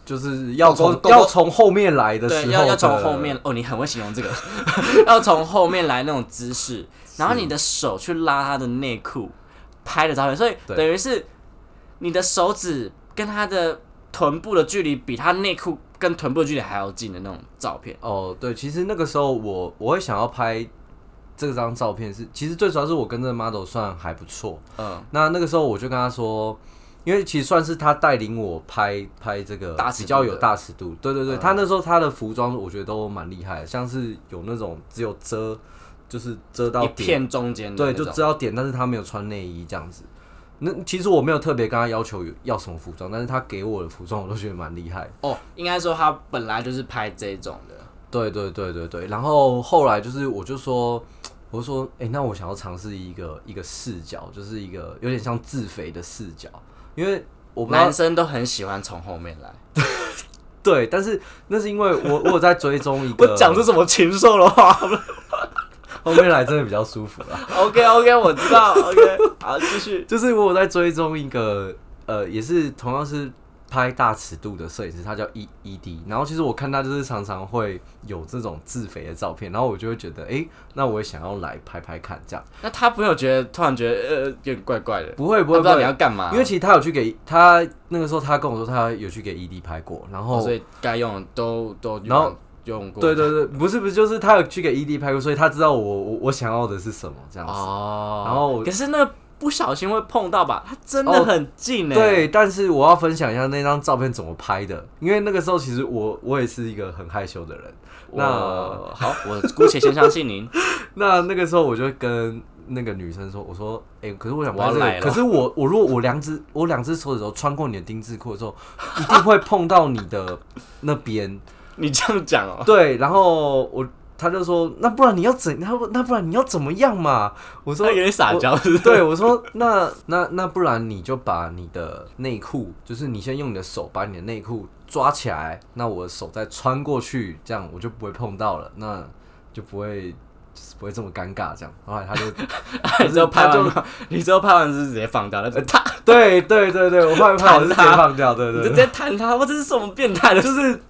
Speaker 2: 就是要
Speaker 1: 狗
Speaker 2: 从
Speaker 1: 狗狗
Speaker 2: 要从后面来的时候
Speaker 1: 对，
Speaker 2: 的，
Speaker 1: 要要从后面哦，你很会形容这个， 要从后面来那种姿势，然后你的手去拉她的内裤，拍的照片，所以
Speaker 2: 对
Speaker 1: 等于是你的手指跟她的臀部的距离比她内裤跟臀部的距离还要近的那种照片。
Speaker 2: 哦，对，其实那个时候我我会想要拍这张照片是，其实最主要是我跟这个 model 算还不错。
Speaker 1: 嗯，
Speaker 2: 那那个时候我就跟他说，因为其实算是他带领我拍拍这个
Speaker 1: 大尺度
Speaker 2: 比较有
Speaker 1: 的
Speaker 2: 大尺度，对对对，
Speaker 1: 嗯
Speaker 2: 他那时候他的服装我觉得都蛮厉害的，像是有那种只有遮，就是遮到
Speaker 1: 一
Speaker 2: 点，
Speaker 1: 片中间的那
Speaker 2: 对，就
Speaker 1: 种，
Speaker 2: 遮到点，但是他没有穿内衣这样子。那其实我没有特别跟他要求有要什么服装，但是他给我的服装我都觉得蛮厉害。
Speaker 1: 哦，应该说他本来就是拍这种的，
Speaker 2: 对对对对对，然后后来就是我就说，我就说，哎、那我想要尝试一个一个视角，就是一个有点像自肥的视角，因为我不知道
Speaker 1: 男生都很喜欢从后面 来。
Speaker 2: 对，但是那是因为我我有在追踪 一个，
Speaker 1: 出什么禽兽的 话
Speaker 2: 后面来真的比较舒服啦。
Speaker 1: ？OK OK，我知道。OK，好，继续。
Speaker 2: 就是我有在追踪一个呃，也是同样是拍大尺度的摄影师，他叫 E E D。然后其实我看他就是常常会有这种自肥的照片，然后我就会觉得，哎、那我也想要来拍拍看这样。
Speaker 1: 那他朋友觉得突然觉得呃有点怪怪的，
Speaker 2: 不会
Speaker 1: 他
Speaker 2: 不
Speaker 1: 不
Speaker 2: 会
Speaker 1: 知
Speaker 2: 不
Speaker 1: 道你
Speaker 2: 会
Speaker 1: 要，干嘛，
Speaker 2: 因为其实他有去给他那个时候他跟我说他有去给 E D 拍过，然
Speaker 1: 哦
Speaker 2: 后
Speaker 1: 所以该用的都都用
Speaker 2: 然后
Speaker 1: 用过，
Speaker 2: 对对对，不是不是，就是他有去给 ED 拍过，所以他知道我我我想要的是什么这样子。
Speaker 1: 哦，
Speaker 2: 然后我
Speaker 1: 可是那个不小心会碰到吧，它真的
Speaker 2: 哦
Speaker 1: 很近哎、
Speaker 2: 对，但是我要分享一下那张照片怎么拍的，因为那个时候其实我我也是一个很害羞的人。
Speaker 1: 那
Speaker 2: 那
Speaker 1: 好，我姑且先相信您。
Speaker 2: 那那个时候我就跟那个女生说，我说，哎、可是我想拍
Speaker 1: 我
Speaker 2: 这
Speaker 1: 要来
Speaker 2: 个，
Speaker 1: 了
Speaker 2: 可是我我如果我两只我两只手指头穿过你的丁字裤的时候，一定会碰到你的那边。
Speaker 1: 你这样讲哦、
Speaker 2: 对，然后我他就说，那不然你要怎，那不那不然你要怎么样嘛？我说
Speaker 1: 那有点撒娇，是不是？
Speaker 2: 对，我说那那那不然你就把你的内裤，就是你先用你的手把你的内裤抓起来，那我的手再穿过去，这样我就不会碰到了，那就不会就是不会这么尴尬这样。后来 他就
Speaker 1: 你之后拍完吗，你之后拍完是不是直接放掉，那他
Speaker 2: 对对对对，我后来怕我是直接放掉，对
Speaker 1: 你
Speaker 2: 对
Speaker 1: 就直
Speaker 2: 对，
Speaker 1: 接弹他，我这是什么变态的？就是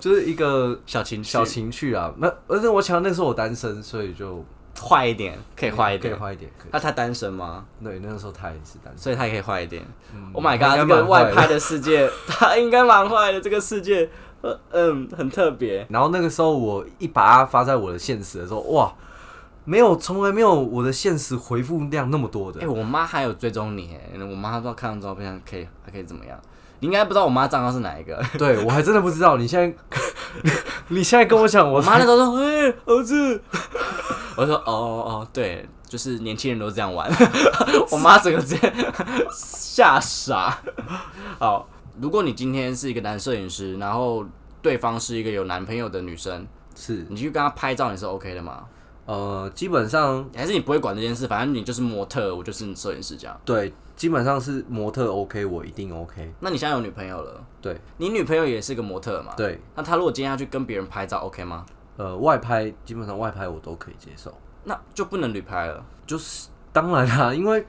Speaker 2: 就是一个
Speaker 1: 小情绪，
Speaker 2: 小情趣啊。那而且我想那时候我单身，所以就
Speaker 1: 坏一点，嗯可以坏一
Speaker 2: 可以
Speaker 1: 点。
Speaker 2: 坏一点，可以。
Speaker 1: 那他单身吗？
Speaker 2: 对，那个时候他也是单身。
Speaker 1: 所以他也可以坏一点。
Speaker 2: 嗯
Speaker 1: Oh my
Speaker 2: 他
Speaker 1: god，这
Speaker 2: 应
Speaker 1: 个
Speaker 2: 该蛮坏
Speaker 1: 外
Speaker 2: 的
Speaker 1: 拍的世界， 他应该蛮坏的。这个世界，呃嗯，很特别。
Speaker 2: 然后那个时候我一把它发在我的现实的时候，哇，没有，从来没有我的现实回复量那么多的。
Speaker 1: 哎、我妈还有追踪你欸，我妈不知道看到照片可以还可以怎么样？你应该不知道我妈账号是哪一个。
Speaker 2: 对我还真的不知道，你现在 你现在跟我讲，
Speaker 1: 我
Speaker 2: 我
Speaker 1: 妈那时候说：“哎、儿子。” 我说：“哦哦哦，对，就是年轻人都这样玩。” 我妈整个直接吓傻。好，如果你今天是一个男摄影师，然后对方是一个有男朋友的女生，
Speaker 2: 是
Speaker 1: 你去跟她拍照，你是 OK 的吗？
Speaker 2: 呃，基本上
Speaker 1: 还是你不会管这件事？反正你就是模特，我就是摄影师这样。
Speaker 2: 对，基本上是模特 OK，我一定 OK。
Speaker 1: 那你现在有女朋友了，
Speaker 2: 对
Speaker 1: 你女朋友也是个模特嘛？
Speaker 2: 对，
Speaker 1: 那她如果今天要去跟别人拍照，OK 吗？
Speaker 2: 呃，外拍基本上外拍我都可以接受，
Speaker 1: 那就不能旅拍了。
Speaker 2: 就是当然啦、 因为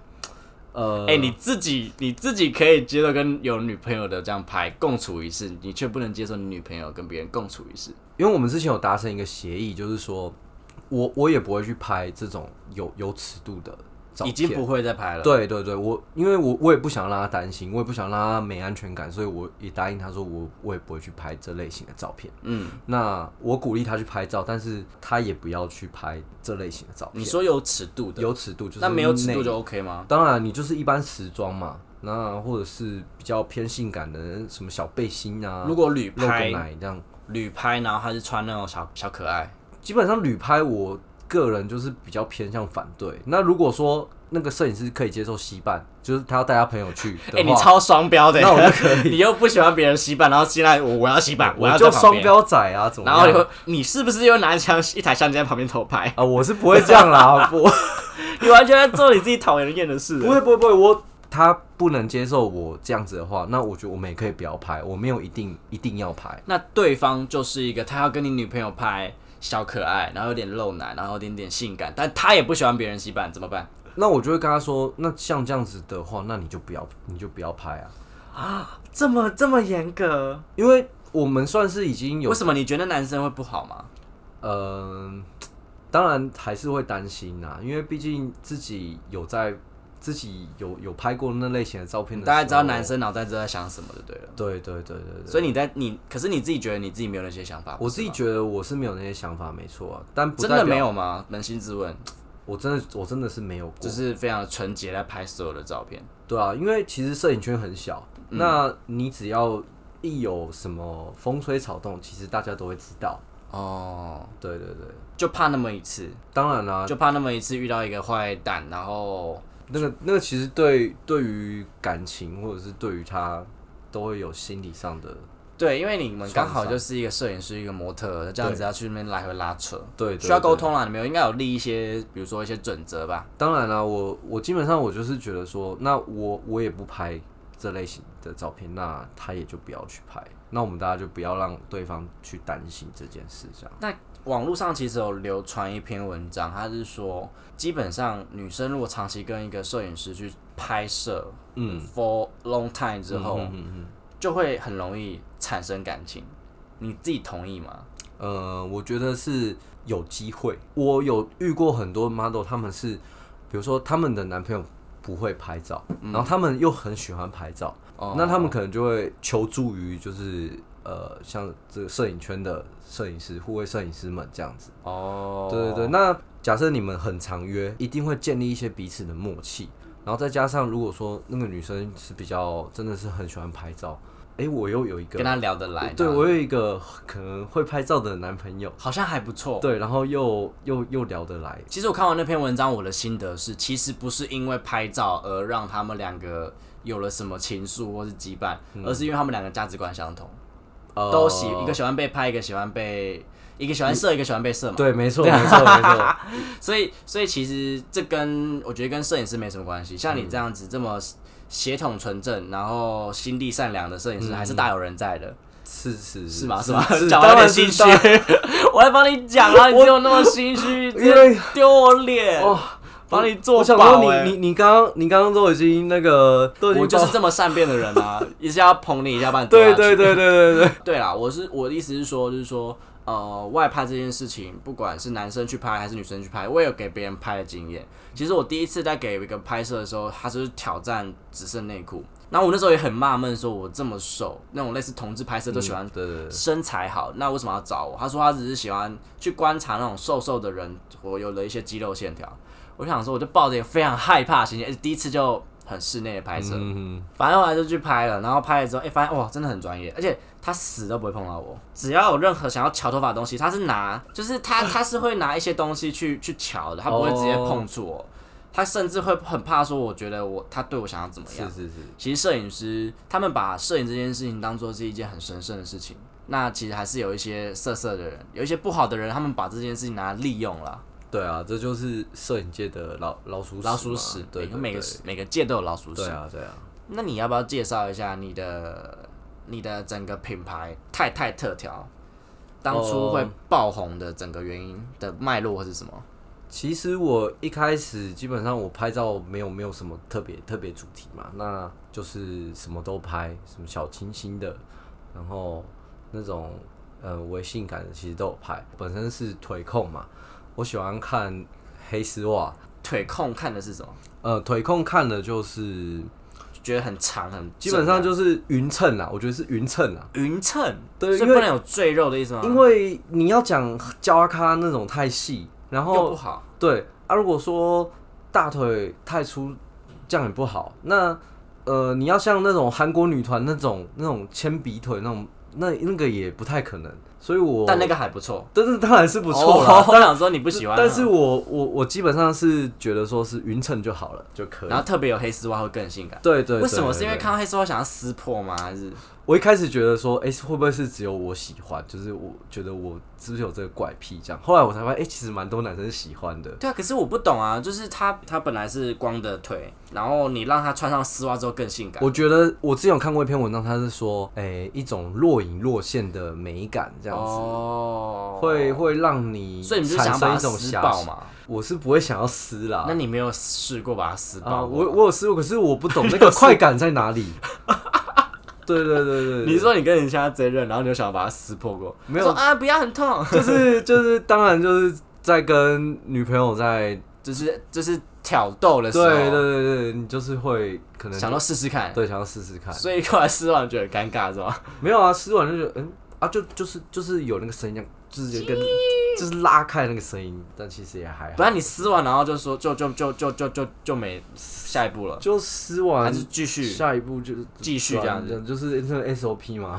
Speaker 2: 呃，
Speaker 1: 哎、你自己你自己可以接受跟有女朋友的这样拍共处一室，你却不能接受你女朋友跟别人共处一室。
Speaker 2: 因为我们之前有达成一个协议，就是说我我也不会去拍这种有有尺度的照片，
Speaker 1: 已经不会再拍了。
Speaker 2: 对对对，我因为我我也不想让他担心，我也不想让他没安全感，所以我也答应他说我我也不会去拍这类型的照片。
Speaker 1: 嗯，
Speaker 2: 那我鼓励他去拍照，但是他也不要去拍这类型的照片。
Speaker 1: 你说有尺度的，
Speaker 2: 有尺度就是
Speaker 1: 那没有尺度
Speaker 2: 内嗯
Speaker 1: 就 OK 吗？
Speaker 2: 当然你就是一般时装嘛，那或者是比较偏性感的什么小背心啊，
Speaker 1: 如果旅
Speaker 2: 露个
Speaker 1: 拍
Speaker 2: 奶这样。
Speaker 1: 旅拍，然后他是穿那种小小可爱，
Speaker 2: 基本上旅拍，我个人就是比较偏向反对。那如果说那个摄影师可以接受西半，就是他要带他朋友去
Speaker 1: 哎、
Speaker 2: 的
Speaker 1: 你
Speaker 2: 话，
Speaker 1: 超双标的，欸
Speaker 2: 那我就可以。
Speaker 1: 你又不喜欢别人洗版，然后现在我我要洗版，
Speaker 2: 我
Speaker 1: 要在
Speaker 2: 就
Speaker 1: 旁
Speaker 2: 双
Speaker 1: 边，
Speaker 2: 标仔啊，怎么
Speaker 1: 然
Speaker 2: 样？
Speaker 1: 后又你是不是又拿枪一台相机在旁边偷拍？
Speaker 2: 啊，我是不会这样啦，不，
Speaker 1: 你完全在做你自己讨人厌的事。
Speaker 2: 不会，不会，不会，我他不能接受我这样子的话，那我觉得我们也可以不要拍，我没有一定一定要拍。
Speaker 1: 那对方就是一个他要跟你女朋友拍小可爱，然后有点露奶，然后有点点性感，但他也不喜欢别人洗版，怎么办？
Speaker 2: 那我就会跟他说，那像这样子的话，那你就不要，你就不要拍啊，
Speaker 1: 这么这么严格？
Speaker 2: 因为我们算是已经有
Speaker 1: 为，什么你觉得男生会不好吗？
Speaker 2: 嗯、当然还是会担心呐、因为毕竟自己有在自己有有拍过那类型的照片
Speaker 1: 你
Speaker 2: 的，
Speaker 1: 大概知道男，生脑袋都在想什么就对了。
Speaker 2: 对对对对对。
Speaker 1: 所以你在你，可是你自己觉得你自己没有那些想法，
Speaker 2: 我自己
Speaker 1: 啊不是
Speaker 2: 觉得我是没有那些想法，没错、啊，但
Speaker 1: 吗
Speaker 2: 不
Speaker 1: 真
Speaker 2: 代
Speaker 1: 的
Speaker 2: 表
Speaker 1: 没有吗？扪心自问，
Speaker 2: 我真的我真的是没有过，
Speaker 1: 就是非常纯洁在拍所有的照片。
Speaker 2: 对啊，因为其实摄影圈很小，
Speaker 1: 嗯
Speaker 2: 那你只要一有什么风吹草动，其实大家都会知道。
Speaker 1: 哦，
Speaker 2: 对对对，
Speaker 1: 就怕那么一次，
Speaker 2: 当然啦、
Speaker 1: 就怕那么一次遇到一个坏蛋，然后
Speaker 2: 那个那个其实对对于感情或者是对于他，都会有心理上的
Speaker 1: 对，因为你们刚好
Speaker 2: 创伤
Speaker 1: 就是一个摄影师，一个模特，这样子要去那边来回拉扯，
Speaker 2: 对对
Speaker 1: 需要
Speaker 2: 对
Speaker 1: 沟通啦。你们应该有立一些，比如说一些准则吧。
Speaker 2: 当然啦、我我基本上我就是觉得说，那我我也不拍这类型的照片，那他也就不要去拍，那我们大家就不要让对方去担心这件事，这样。
Speaker 1: 网络上其实有流传一篇文章，它是说，基本上女生如果长期跟一个摄影师去拍摄，
Speaker 2: 嗯，
Speaker 1: ，for long time 之后，
Speaker 2: 嗯嗯嗯，
Speaker 1: 就会很容易产生感情。你自己同意吗？
Speaker 2: 呃，我觉得是有机会。我有遇过很多 model，他们是，比如说他们的男朋友不会拍照，然后他们又很喜欢拍照，
Speaker 1: 嗯哦
Speaker 2: 那他们可能就会求助于就是呃，像这个摄影圈的摄影师、护卫摄影师们这样子。
Speaker 1: 哦，
Speaker 2: 对对对，那假设你们很常约，一定会建立一些彼此的默契，然后再加上如果说那个女生是比较真的是很喜欢拍照，诶，我又有一个
Speaker 1: 跟他聊得来，
Speaker 2: 对
Speaker 1: 这样
Speaker 2: 我有一个可能会拍照的男朋友，
Speaker 1: 好像还不错。
Speaker 2: 对，然后又又又聊得来，
Speaker 1: 其实我看完那篇文章，我的心得是，其实不是因为拍照而让他们两个有了什么情愫或是羁绊，
Speaker 2: 嗯
Speaker 1: 而是因为他们两个价值观相同，
Speaker 2: 呃
Speaker 1: 都喜一个喜欢被拍，一个喜欢被一个喜欢射，
Speaker 2: 嗯
Speaker 1: 一个喜欢被射嘛。
Speaker 2: 对，没错，没 错，没错，
Speaker 1: 所以，所以其实这跟我觉得跟摄影师没什么关系。像
Speaker 2: 嗯
Speaker 1: 你这样子这么血统纯正，然后心地善良的摄影师，还是大有人在的，
Speaker 2: 嗯是是
Speaker 1: 是吗？是吗？
Speaker 2: 是
Speaker 1: 讲完有点
Speaker 2: 当然
Speaker 1: 心
Speaker 2: 是
Speaker 1: 虚
Speaker 2: 当然，
Speaker 1: 我来帮你讲啊，你只有那么心虚，直接丢我脸，
Speaker 2: 哦
Speaker 1: 帮你做
Speaker 2: 我想
Speaker 1: 保、
Speaker 2: 说
Speaker 1: 欸。
Speaker 2: 你你你刚刚你刚刚都已经那个都已经
Speaker 1: 我就是
Speaker 2: 把
Speaker 1: 这么善变的人 啊，一下要捧你，一下把你丢下
Speaker 2: 对
Speaker 1: 去
Speaker 2: 对对对对对，
Speaker 1: 对啦，我是我的意思是说，就是说，呃，外拍这件事情，不管是男生去拍还是女生去拍，我也有给别人拍的经验。其实我第一次在给一个拍摄的时候，他就是挑战只剩内裤，然后我那时候也很纳闷，说我这么瘦，那种类似同志拍摄都喜欢
Speaker 2: 对对对
Speaker 1: 身材好，那为什么要找我？他说他只是喜欢去观察那种瘦瘦的人，我有了一些肌肉线条。我想说，我就抱着一个非常害怕的心情，而且第一次就很室内的拍摄，
Speaker 2: 嗯，
Speaker 1: 反正后来就去拍了，然后拍了之后，哎、发现哇，真的很专业，而且他死都不会碰到我。只要有任何想要翘头发的东西，他是拿，就是他他是会拿一些东西去去翘的，他不会直接碰触我。他甚至会很怕说，我觉得我他对我想要怎么
Speaker 2: 是
Speaker 1: 样。
Speaker 2: 是是，
Speaker 1: 其实摄影师他们把摄影这件事情当做是一件很神圣的事情，那其实还是有一些色色的人，有一些不好的人，他们把这件事情拿来利用了。
Speaker 2: 对啊，这就是摄影界的老老鼠
Speaker 1: 老鼠
Speaker 2: 嘛
Speaker 1: 屎，
Speaker 2: 对
Speaker 1: 每
Speaker 2: 对
Speaker 1: 个每个
Speaker 2: 对
Speaker 1: 每个界都有老鼠屎
Speaker 2: 对。啊对啊，
Speaker 1: 那你要不要介绍一下你的你的整个品牌太太特调，当初
Speaker 2: 哦
Speaker 1: 会爆红的整个原因的脉络是什么？
Speaker 2: 其实我一开始基本上我拍照没有没有什么特别特别主题嘛，那就是什么都拍，什么小清新的，然后那种呃微性感的其实都有拍。本身是腿控嘛，我喜欢看黑丝袜，
Speaker 1: 腿控看的是什么？
Speaker 2: 呃腿控看的就是
Speaker 1: 觉得很长很
Speaker 2: 基本上就是匀称啊啦，我觉得是匀称啦，
Speaker 1: 匀称，
Speaker 2: 对
Speaker 1: 所以
Speaker 2: 因为
Speaker 1: 不能有赘肉的意思吗？
Speaker 2: 因为你要讲胶咖那种太细，然
Speaker 1: 又
Speaker 2: 后
Speaker 1: 不好，
Speaker 2: 对啊，如果说大腿太粗，这样也不好。那呃，你要像那种韩国女团那种那种铅笔腿那种，那那个也不太可能。所以我，
Speaker 1: 但那个还不错，
Speaker 2: 但是当然是不错啦。
Speaker 1: 哦我 想说你不喜欢，
Speaker 2: 但是我我我基本上是觉得说是匀称就好了就可以
Speaker 1: 然。后特别有黑丝袜会更性感。
Speaker 2: 对对对
Speaker 1: 为什么？
Speaker 2: 对
Speaker 1: 是因为
Speaker 2: 对
Speaker 1: 看到黑丝袜想要撕破吗？还是
Speaker 2: 我一开始觉得说，哎、会不会是只有我喜欢？就是我觉得我是不是有这个怪癖这样？后来我才发现，哎、其实蛮多男生喜欢的。
Speaker 1: 对啊，可是我不懂啊，就是他他本来是光的腿，然后你让他穿上丝袜之后更性感。
Speaker 2: 我觉得我之前有看过一篇文章，它是说，诶、一种若隐若现的美感，这样子、
Speaker 1: 哦，
Speaker 2: 会，会让你
Speaker 1: 所以你就
Speaker 2: 产
Speaker 1: 想把
Speaker 2: 生
Speaker 1: 它
Speaker 2: 一种啊
Speaker 1: 撕
Speaker 2: 遐
Speaker 1: 爆
Speaker 2: 想。
Speaker 1: 嘛？
Speaker 2: 我是不会想要撕啦
Speaker 1: 那。你没有试过把它撕
Speaker 2: 啊，
Speaker 1: 爆过
Speaker 2: 我我有撕过，可是我不 懂那个快感在哪里。对对对对，
Speaker 1: 你说你跟人家真认，然后你就想把它撕破过，
Speaker 2: 没有
Speaker 1: 说啊，不要很痛，
Speaker 2: 就是就是，当然就是在跟女朋友在，
Speaker 1: 就是就是挑逗的时
Speaker 2: 对
Speaker 1: 候，
Speaker 2: 对对对，你就是会可能
Speaker 1: 想到试试看，
Speaker 2: 对想要试试看。
Speaker 1: 所以后来撕完觉得很尴尬是吧？
Speaker 2: 没有啊，撕完就觉得嗯啊，就就是就是有那个声音这样，就是跟就是拉开那个声音，但其实也还好
Speaker 1: 不。然你撕完然后就说就就就就就就就没下一步了，
Speaker 2: 就撕
Speaker 1: 还
Speaker 2: 完
Speaker 1: 是继续
Speaker 2: 嗯下一步就是
Speaker 1: 继续这样子
Speaker 2: 转，就是那个 SOP 嘛。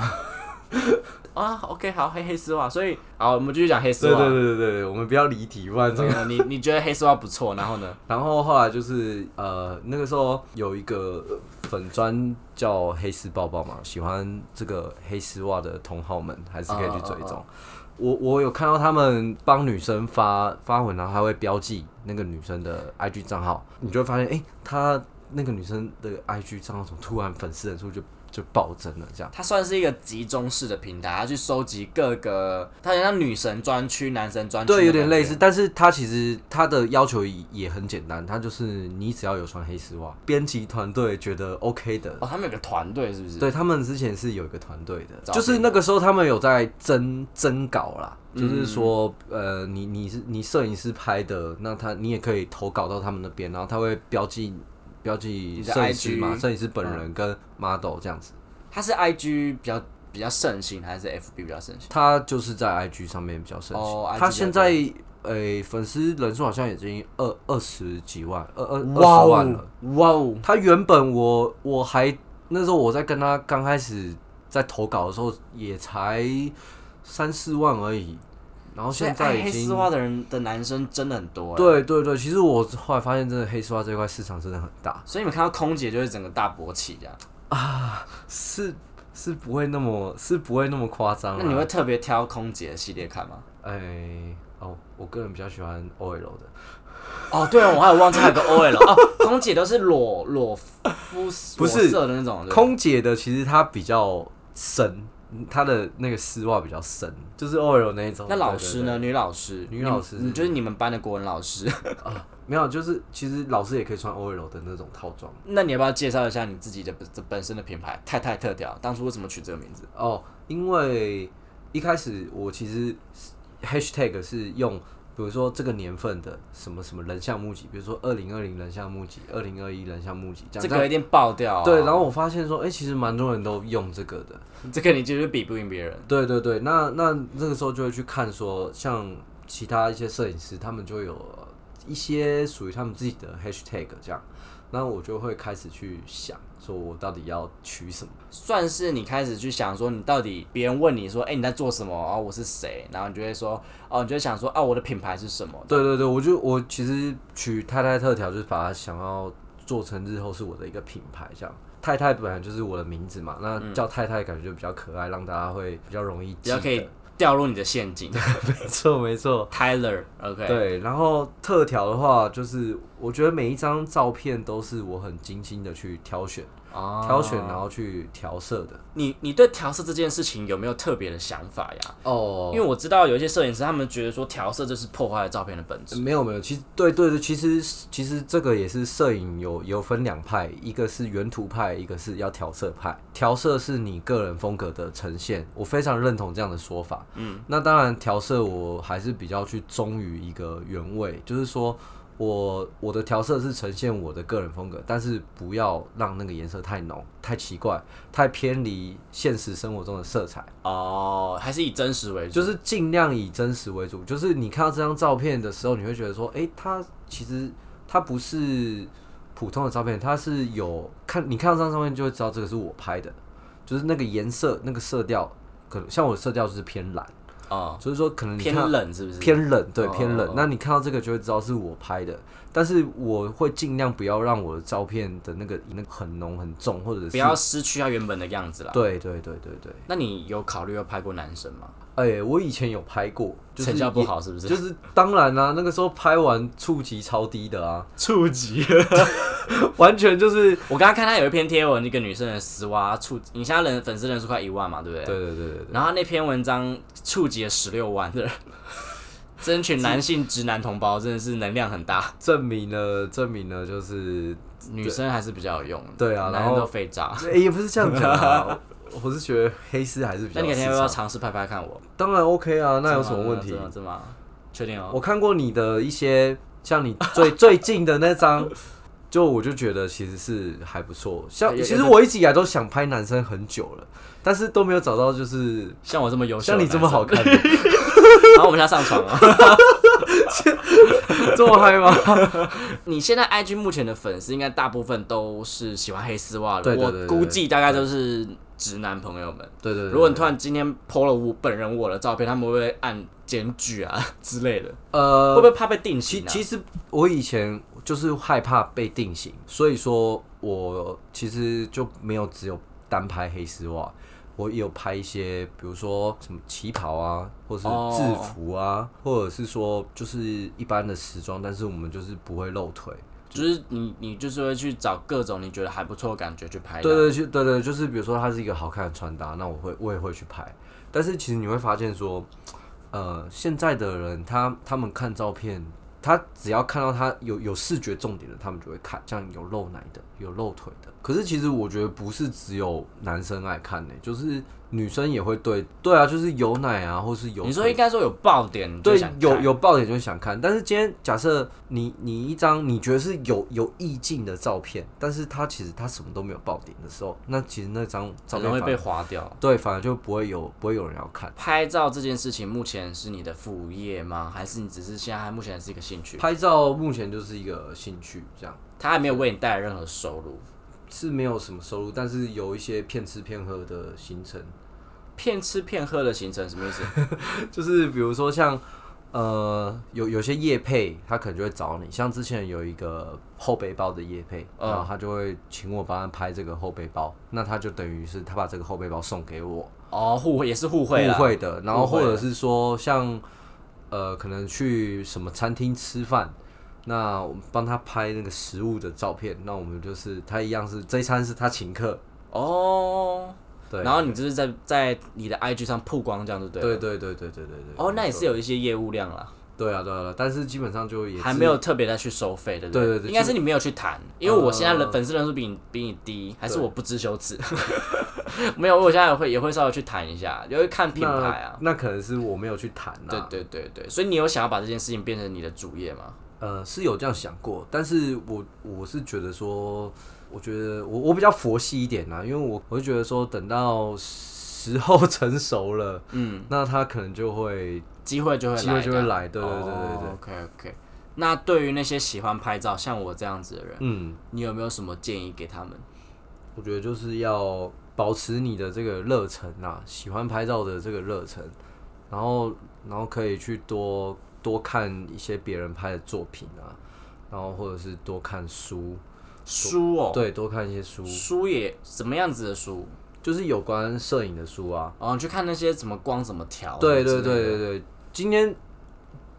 Speaker 1: 啊？OK，好，黑黑丝袜，所以好，我们继续讲黑丝
Speaker 2: 对对
Speaker 1: 袜。
Speaker 2: 对对对，我们不要离题，不然这个。
Speaker 1: 嗯你你觉得黑丝袜不错，然后 呢？
Speaker 2: 然后后来就是呃，那个时候有一个呃粉砖叫黑丝抱抱嘛，喜欢这个黑丝袜的同好们还是可以去追踪。我我有看到他们帮女生发发文，然后还会标记那个女生的 IG 账号，你就会发现，哎、她那个女生的 IG 账号怎么突然粉丝人数就就暴增了这样。
Speaker 1: 它算是一个集中式的平台，它去收集各个，它很像女神专区、男神专区，
Speaker 2: 对，有点类似，。但是它其实它的要求也也很简单，它就是你只要有穿黑丝袜，编辑团队觉得 OK 的，
Speaker 1: 哦，他们有个团队是不是？
Speaker 2: 对他们之前是有一个团队
Speaker 1: 找
Speaker 2: 的，就是那个时候他们有在征征稿啦，就是说，呃，你你是你摄影师拍的，那他你也可以投稿到他们那边，然后他会标记标
Speaker 1: 你
Speaker 2: 记
Speaker 1: 的
Speaker 2: 摄影师嘛，
Speaker 1: IG
Speaker 2: 摄影师本人跟 model 这样子，
Speaker 1: 它是 IG 比较比较盛行，还是 FB 比较盛行？
Speaker 2: 他就是在 IG 上面比较盛
Speaker 1: 哦
Speaker 2: 行，
Speaker 1: ，IG
Speaker 2: 他现在诶粉丝人数好像已经二二十几万，二二呃二十万了。
Speaker 1: 哦，哇哦，
Speaker 2: 他原本我我还那时候我在跟他刚开始在投稿的时候也才三四万而已，然后现在
Speaker 1: 哦所以爱
Speaker 2: 已
Speaker 1: 黑丝
Speaker 2: 经
Speaker 1: 袜的人的男生真的很多、欸，。
Speaker 2: 对对对，其实我后来发现真的黑丝袜这块市场真的很大，
Speaker 1: 所以你们看到空姐就会整个大勃起这样，
Speaker 2: 是是不会那么是不会那么夸张、啊。
Speaker 1: 那你会特别挑空姐的系列看吗？
Speaker 2: 哎、哦，我个人比较喜欢 OL 的，
Speaker 1: 哦，对，我还有忘记还有个 OL 哦， 空姐都是裸裸肤
Speaker 2: 不是
Speaker 1: 裸色的那种，对
Speaker 2: 空姐的其实它比较深，它的那个丝袜比较深，就是 OL 那一种。
Speaker 1: 那老
Speaker 2: 对对
Speaker 1: 师呢？女老师，
Speaker 2: 女老师
Speaker 1: 你你就是你们班的国文老师。
Speaker 2: 啊，没有，就是其实老师也可以穿 OL 的那种套装。
Speaker 1: 那你要不要介绍一下你自己的本本身的品牌太太特调？当初为什么取这个名字？
Speaker 2: 哦，因为一开始我其实 hashtag 是用，比如说这个年份的什么什么人像募集，比如说二零二零人像募集、二零二一人像募集这
Speaker 1: 这
Speaker 2: 样。
Speaker 1: 个一定爆掉、啊。
Speaker 2: 对，然后我发现说，哎、其实蛮多人都用这个的。
Speaker 1: 这个你就是比不赢别人。
Speaker 2: 对对对，那那那个时候就会去看说，像其他一些摄影师，他们就有呃一些属于他们自己的 hashtag 这样，那我就会开始去想，说我到底要取什么。
Speaker 1: 算是你开始去想说，你到底别人问你说，哎、你在做什么？哦，我是谁？然后你就会说，哦，你就会想说，哦，我的品牌是什么？
Speaker 2: 对对对，我就我其实取太太特调，就是把它想要做成日后是我的一个品牌这样。太太本来就是我的名字嘛，那叫太太感觉就比较可爱，让大家会比较容易
Speaker 1: 嗯比
Speaker 2: 记
Speaker 1: 较
Speaker 2: 得。
Speaker 1: 可以掉入你的陷阱。
Speaker 2: 没错没错。
Speaker 1: Tyler，OK，、
Speaker 2: 对，然后特调的话，就是我觉得每一张照片都是我很精心的去挑选、
Speaker 1: 哦
Speaker 2: 挑选，然后去调色的。
Speaker 1: 你你对调色这件事情有没有特别的想法呀？
Speaker 2: 哦
Speaker 1: 因为我知道有一些摄影师，他们觉得说调色就是破坏了照片的本质。
Speaker 2: 没有没有，其实对对对，其实其实这个也是摄影有有分两派，一个是原图派，一个是要调色派。调色是你个人风格的呈现，我非常认同这样的说法。嗯，那当然调色我还是比较去忠于一个原味，就是说我我的调色是呈现我的个人风格，但是不要让那个颜色太浓、太奇怪、太偏离现实生活中的色彩。
Speaker 1: 哦，还是以真实为主。
Speaker 2: 就是尽量以真实为主。就是你看到这张照片的时候，你会觉得说，诶，它其实它不是普通的照片，它是有看你看到这张照片就会知道这个是我拍的，就是那个颜色、那个色调，可能像我的色调就是偏蓝，
Speaker 1: 啊、
Speaker 2: 所以说可能你
Speaker 1: 偏
Speaker 2: 看到
Speaker 1: 冷是不是？
Speaker 2: 偏冷，对
Speaker 1: 哦
Speaker 2: 偏
Speaker 1: 哦
Speaker 2: 冷。那你看到这个就会知道是我拍的，但是我会尽量不要让我的照片的那个那个很浓很重，或者是
Speaker 1: 不要失去它原本的样子啦。
Speaker 2: 对对对对对。
Speaker 1: 那你有考虑要拍过男生吗？
Speaker 2: 哎、我以前有拍过，就是
Speaker 1: 成效不
Speaker 2: 也
Speaker 1: 好是不是？
Speaker 2: 就是当然啦、那个时候拍完触及超低的啊，
Speaker 1: 触及。
Speaker 2: 完全就是
Speaker 1: 我刚刚看他有一篇贴文，一个女生的丝袜触，你现在人粉丝人数快一万嘛，对不对？
Speaker 2: 对对对对对，
Speaker 1: 然后那篇文章触及了十六万的人， 争取男性直男同胞真的是能量很大，
Speaker 2: 证明了证明了就是，
Speaker 1: 女生还是比较有用的。
Speaker 2: 对啊
Speaker 1: 男
Speaker 2: 然
Speaker 1: 人
Speaker 2: 后
Speaker 1: 都废渣。
Speaker 2: 哎、也不是这样讲啊， 我是觉得黑丝还是比
Speaker 1: 那
Speaker 2: 较
Speaker 1: 你改
Speaker 2: 有市
Speaker 1: 天要不要
Speaker 2: 场，
Speaker 1: 尝试拍拍看我？
Speaker 2: 当然 OK 啊，那有什么问
Speaker 1: 真
Speaker 2: 题
Speaker 1: 的？吗真的吗？确定哦。
Speaker 2: 我看过你的一些，像你最 最近的那张。就我就觉得其实是还不错，像
Speaker 1: 有有
Speaker 2: 其实我一直以来都想拍男生很久了，但是都没有找到就是
Speaker 1: 像我这么优秀，
Speaker 2: 像你这么好，看的，
Speaker 1: 然后我们现在上床了。
Speaker 2: 这么嗨吗？
Speaker 1: 你现在 IG 目前的粉丝应该大部分都是喜欢黑丝袜的，
Speaker 2: 对对对
Speaker 1: 我
Speaker 2: 对对
Speaker 1: 估计大概都是直男朋友们。
Speaker 2: 对对对，
Speaker 1: 如果你突然今天 PO 了我本人我的照片，他们会不会按检举啊 之类的？
Speaker 2: 呃
Speaker 1: 会不会怕被定
Speaker 2: 其
Speaker 1: 型、啊？
Speaker 2: 其实我以前就是害怕被定型，所以说我其实就没有只有单拍黑丝袜，我也有拍一些，比如说什么旗袍啊，或是
Speaker 1: 哦
Speaker 2: 制服啊，或者是说就是一般的时装，但是我们就是不会露腿，
Speaker 1: 就是你你就是会去找各种你觉得还不错的感觉去拍它。
Speaker 2: 对对，就对对，就是比如说它是一个好看的穿搭，那我会我也会去拍。但是其实你会发现说，呃，现在的人他他们看照片，他只要看到他有有视觉重点的，他们就会看，像有露奶的，有露腿的。可是其实我觉得不是只有男生爱看呢、就是女生也会对对啊，就是有奶啊，或是有
Speaker 1: 你
Speaker 2: 腿
Speaker 1: 说应该说有爆点，嗯你就
Speaker 2: 对
Speaker 1: 想，看
Speaker 2: 有有爆点就想看，但是今天假设你你一张你觉得是有有意境的照片，但是它其实它什么都没有爆点的时候，那其实那张照
Speaker 1: 可能
Speaker 2: 片
Speaker 1: 会
Speaker 2: 反
Speaker 1: 被
Speaker 2: 而
Speaker 1: 划掉。
Speaker 2: 对反而就不会有不会有人要看。
Speaker 1: 拍照这件事情目前是你的副业吗？还是你只是现在还目前还是一个兴趣？
Speaker 2: 拍照目前就是一个兴趣，这样
Speaker 1: 它还没有为你带来任何收入。
Speaker 2: 是没有什么收入，但是有一些骗吃骗喝的行程，
Speaker 1: 骗吃骗喝的行程什么意思？
Speaker 2: 就是比如说像呃有有些业配，他可能就会找你，像之前有一个后背包的业配，
Speaker 1: 嗯
Speaker 2: 然后他就会请我帮他拍这个后背包，那他就等于是他把这个后背包送给我，
Speaker 1: 哦，互惠也是互
Speaker 2: 互
Speaker 1: 惠啦。
Speaker 2: 惠的，然后
Speaker 1: 互惠
Speaker 2: 或
Speaker 1: 的
Speaker 2: 者是说像呃可能去什么餐厅吃饭。那我们帮他拍那个食物的照片，那我们就是他一样是这一餐是他请客，
Speaker 1: 哦，
Speaker 2: 对，
Speaker 1: 然后你就是在在你的 IG 上曝光这样，对不对？
Speaker 2: 对对对对对对对。
Speaker 1: 哦，那也
Speaker 2: 没
Speaker 1: 是有一些业务量啦，
Speaker 2: 错对啊对啊，对啊但是基本上就也
Speaker 1: 还
Speaker 2: 是
Speaker 1: 没有特别再去收费，对不
Speaker 2: 对对对
Speaker 1: 应该是你没有去谈，因为我现在人
Speaker 2: 呃
Speaker 1: 粉丝人数比你比你低，还是我不知羞 耻？没有，我现在也会也会稍微去谈一下，也会看品牌啊。
Speaker 2: 那，那可能是我没有去谈啊。
Speaker 1: 对对对对，所以你有想要把这件事情变成你的主业吗？
Speaker 2: 呃，是有这样想过，但是我我是觉得说，我觉得我我比较佛系一点啊，因为我我就觉得说，等到时候成熟了，嗯，那他可能就会
Speaker 1: 机会就会来，
Speaker 2: 机会就会
Speaker 1: 这样
Speaker 2: 来对对对对对
Speaker 1: OK OK，那对于那些喜欢拍照像我这样子的人，
Speaker 2: 嗯，
Speaker 1: 你有没有什么建议给他们？
Speaker 2: 我觉得就是要保持你的这个热忱啊，喜欢拍照的这个热忱，然后然后可以去多多看一些别人拍的作品啊，然后或者是多看书，
Speaker 1: 书哦，
Speaker 2: 对，多看一些书，
Speaker 1: 书也什么样子的书？
Speaker 2: 就是有关摄影的书啊。
Speaker 1: 哦，你去看那些怎么光怎么调，
Speaker 2: 对
Speaker 1: 之类
Speaker 2: 对
Speaker 1: 的
Speaker 2: 对对对，今天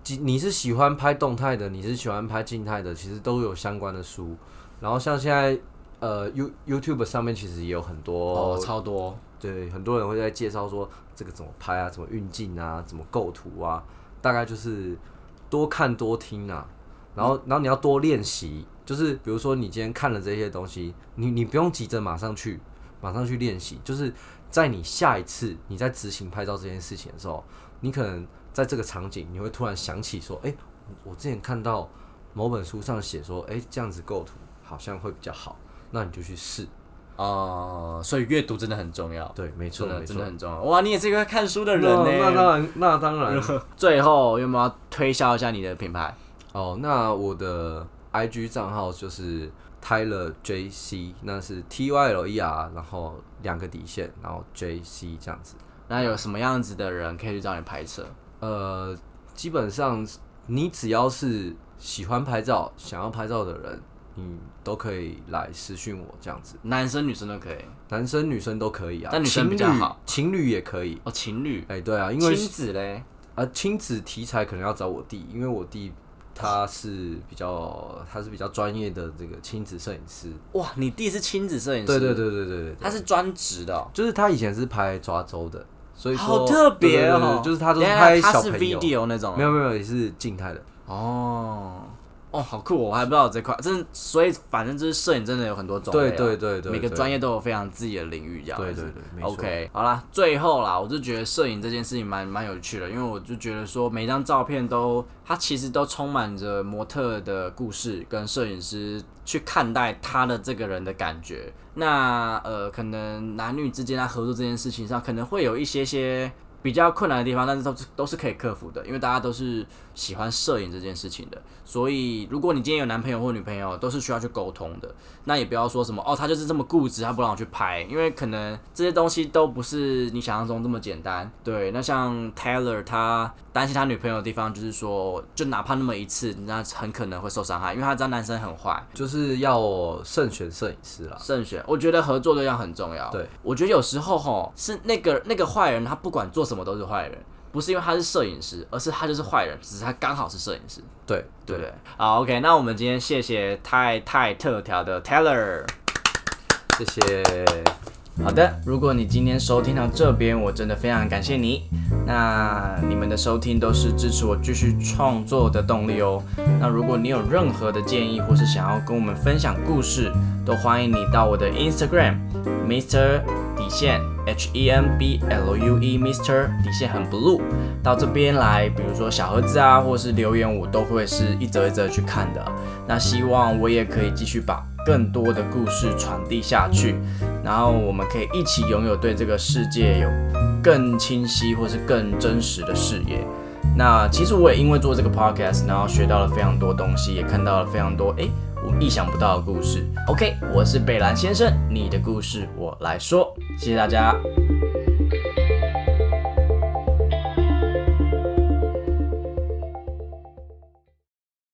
Speaker 2: 几你是喜欢拍动态的，你是喜欢拍静态的，其实都有相关的书。然后像现在呃 You YouTube 上面其实也有很多
Speaker 1: 哦，超多。
Speaker 2: 对，很多人会在介绍说这个怎么拍啊，怎么运镜啊，怎么构图啊，大概就是多看多听啊，然
Speaker 1: 嗯
Speaker 2: 后然后你要多练习，就是比如说你今天看了这些东西，你你不用急着马上去马上去练习，就是在你下一次你在执行拍照这件事情的时候，你可能在这个场景你会突然想起说，哎、我之前看到某本书上写说，哎、这样子构图好像会比较好，那你就去试，
Speaker 1: 哦，所以阅读真的很重要，
Speaker 2: 对，没错，
Speaker 1: 真的
Speaker 2: 没
Speaker 1: 真
Speaker 2: 错
Speaker 1: 的。很重要。哇，你也是一个看书的人
Speaker 2: 那
Speaker 1: 呢。
Speaker 2: 当然，那当然。
Speaker 1: 最后有没有要推销一下你的品牌？
Speaker 2: 哦，那我的 IG 账号就是 Tyler JC，那是 T Y L E R，然后两个底线，然后 JC 这样子。
Speaker 1: 那有什么样子的人可以去找你拍摄？
Speaker 2: 呃，基本上你只要是喜欢拍照、想要拍照的人，你都可以来私讯我这样子，
Speaker 1: 男生女生都可以
Speaker 2: 男生女生都可以啊。
Speaker 1: 但女生比较
Speaker 2: 情侣
Speaker 1: 好，
Speaker 2: 情侣也可以。
Speaker 1: 哦，情侣，
Speaker 2: 哎、对啊，因为
Speaker 1: 亲子嘞，
Speaker 2: 啊，亲子题材可能要找我弟，因为我弟他是比较他是比较专业的这个亲子摄影师。
Speaker 1: 哇，你弟是亲子摄影师，
Speaker 2: 对对对对对对，
Speaker 1: 他是专职的哦、
Speaker 2: 就是他以前是拍抓周的，所以说
Speaker 1: 好特别
Speaker 2: 对对对
Speaker 1: 哦、
Speaker 2: 对就是他都是
Speaker 1: 等一下
Speaker 2: 拍
Speaker 1: 他
Speaker 2: 小
Speaker 1: 是
Speaker 2: 朋友，
Speaker 1: video 那种哦，
Speaker 2: 没有没有也是静态的。
Speaker 1: 哦。哦，好酷、哦！我还不知道有这块，真的所以反正就是摄影真的有很多种类啊、
Speaker 2: 对对对对
Speaker 1: 每个
Speaker 2: 对
Speaker 1: 专业都有非常自己的领域，这样子。
Speaker 2: 对对对没错
Speaker 1: OK，好啦，最后啦，我就觉得摄影这件事情蛮蛮有趣的，因为我就觉得说每张照片都，它其实都充满着模特的故事跟摄影师去看待他的这个人的感觉。那呃，可能男女之间在合作这件事情上，可能会有一些些。比较困难的地方，但是都是都是可以克服的，因为大家都是喜欢摄影这件事情的，所以如果你今天有男朋友或女朋友，都是需要去沟通的。那也不要说什么哦，他就是这么固执，他不让我去拍，因为可能这些东西都不是你想象中这么简单。对，那像 Taylor 他担心他女朋友的地方就是说，就哪怕那么一次，那很可能会受伤害，因为他知道男生很坏。
Speaker 2: 就是要慎选摄影师啦，
Speaker 1: 慎选，我觉得合作对象很重要。
Speaker 2: 对，
Speaker 1: 我觉得有时候吼是那个那个坏人，他不管做什么都是坏人，不是因为他是摄影师，而是他就是坏人，只是他刚好是摄影师，
Speaker 2: 对
Speaker 1: 对不对？好，OK，那我们今天谢谢太太特调的 Taylor。
Speaker 2: 谢谢。
Speaker 1: 好的，如果你今天收听到这边，我真的非常感谢你。那你们的收听都是支持我继续创作的动力哦。那如果你有任何的建议，或是想要跟我们分享故事，都欢迎你到我的 Instagram Mr 底线 H E M B L U E Mr 底线很 blue 到这边来，比如说小盒子啊，或是留言，我都会是一则一则去看的。那希望我也可以继续把更多的故事传递下去，然后我们可以一起拥有对这个世界有更清晰或是更真实的视野。那其实我也因为做这个 podcast，然后学到了非常多东西，也看到了非常多诶我意想不到的故事。OK，我是贝兰先生，你的故事我来说，谢谢大家。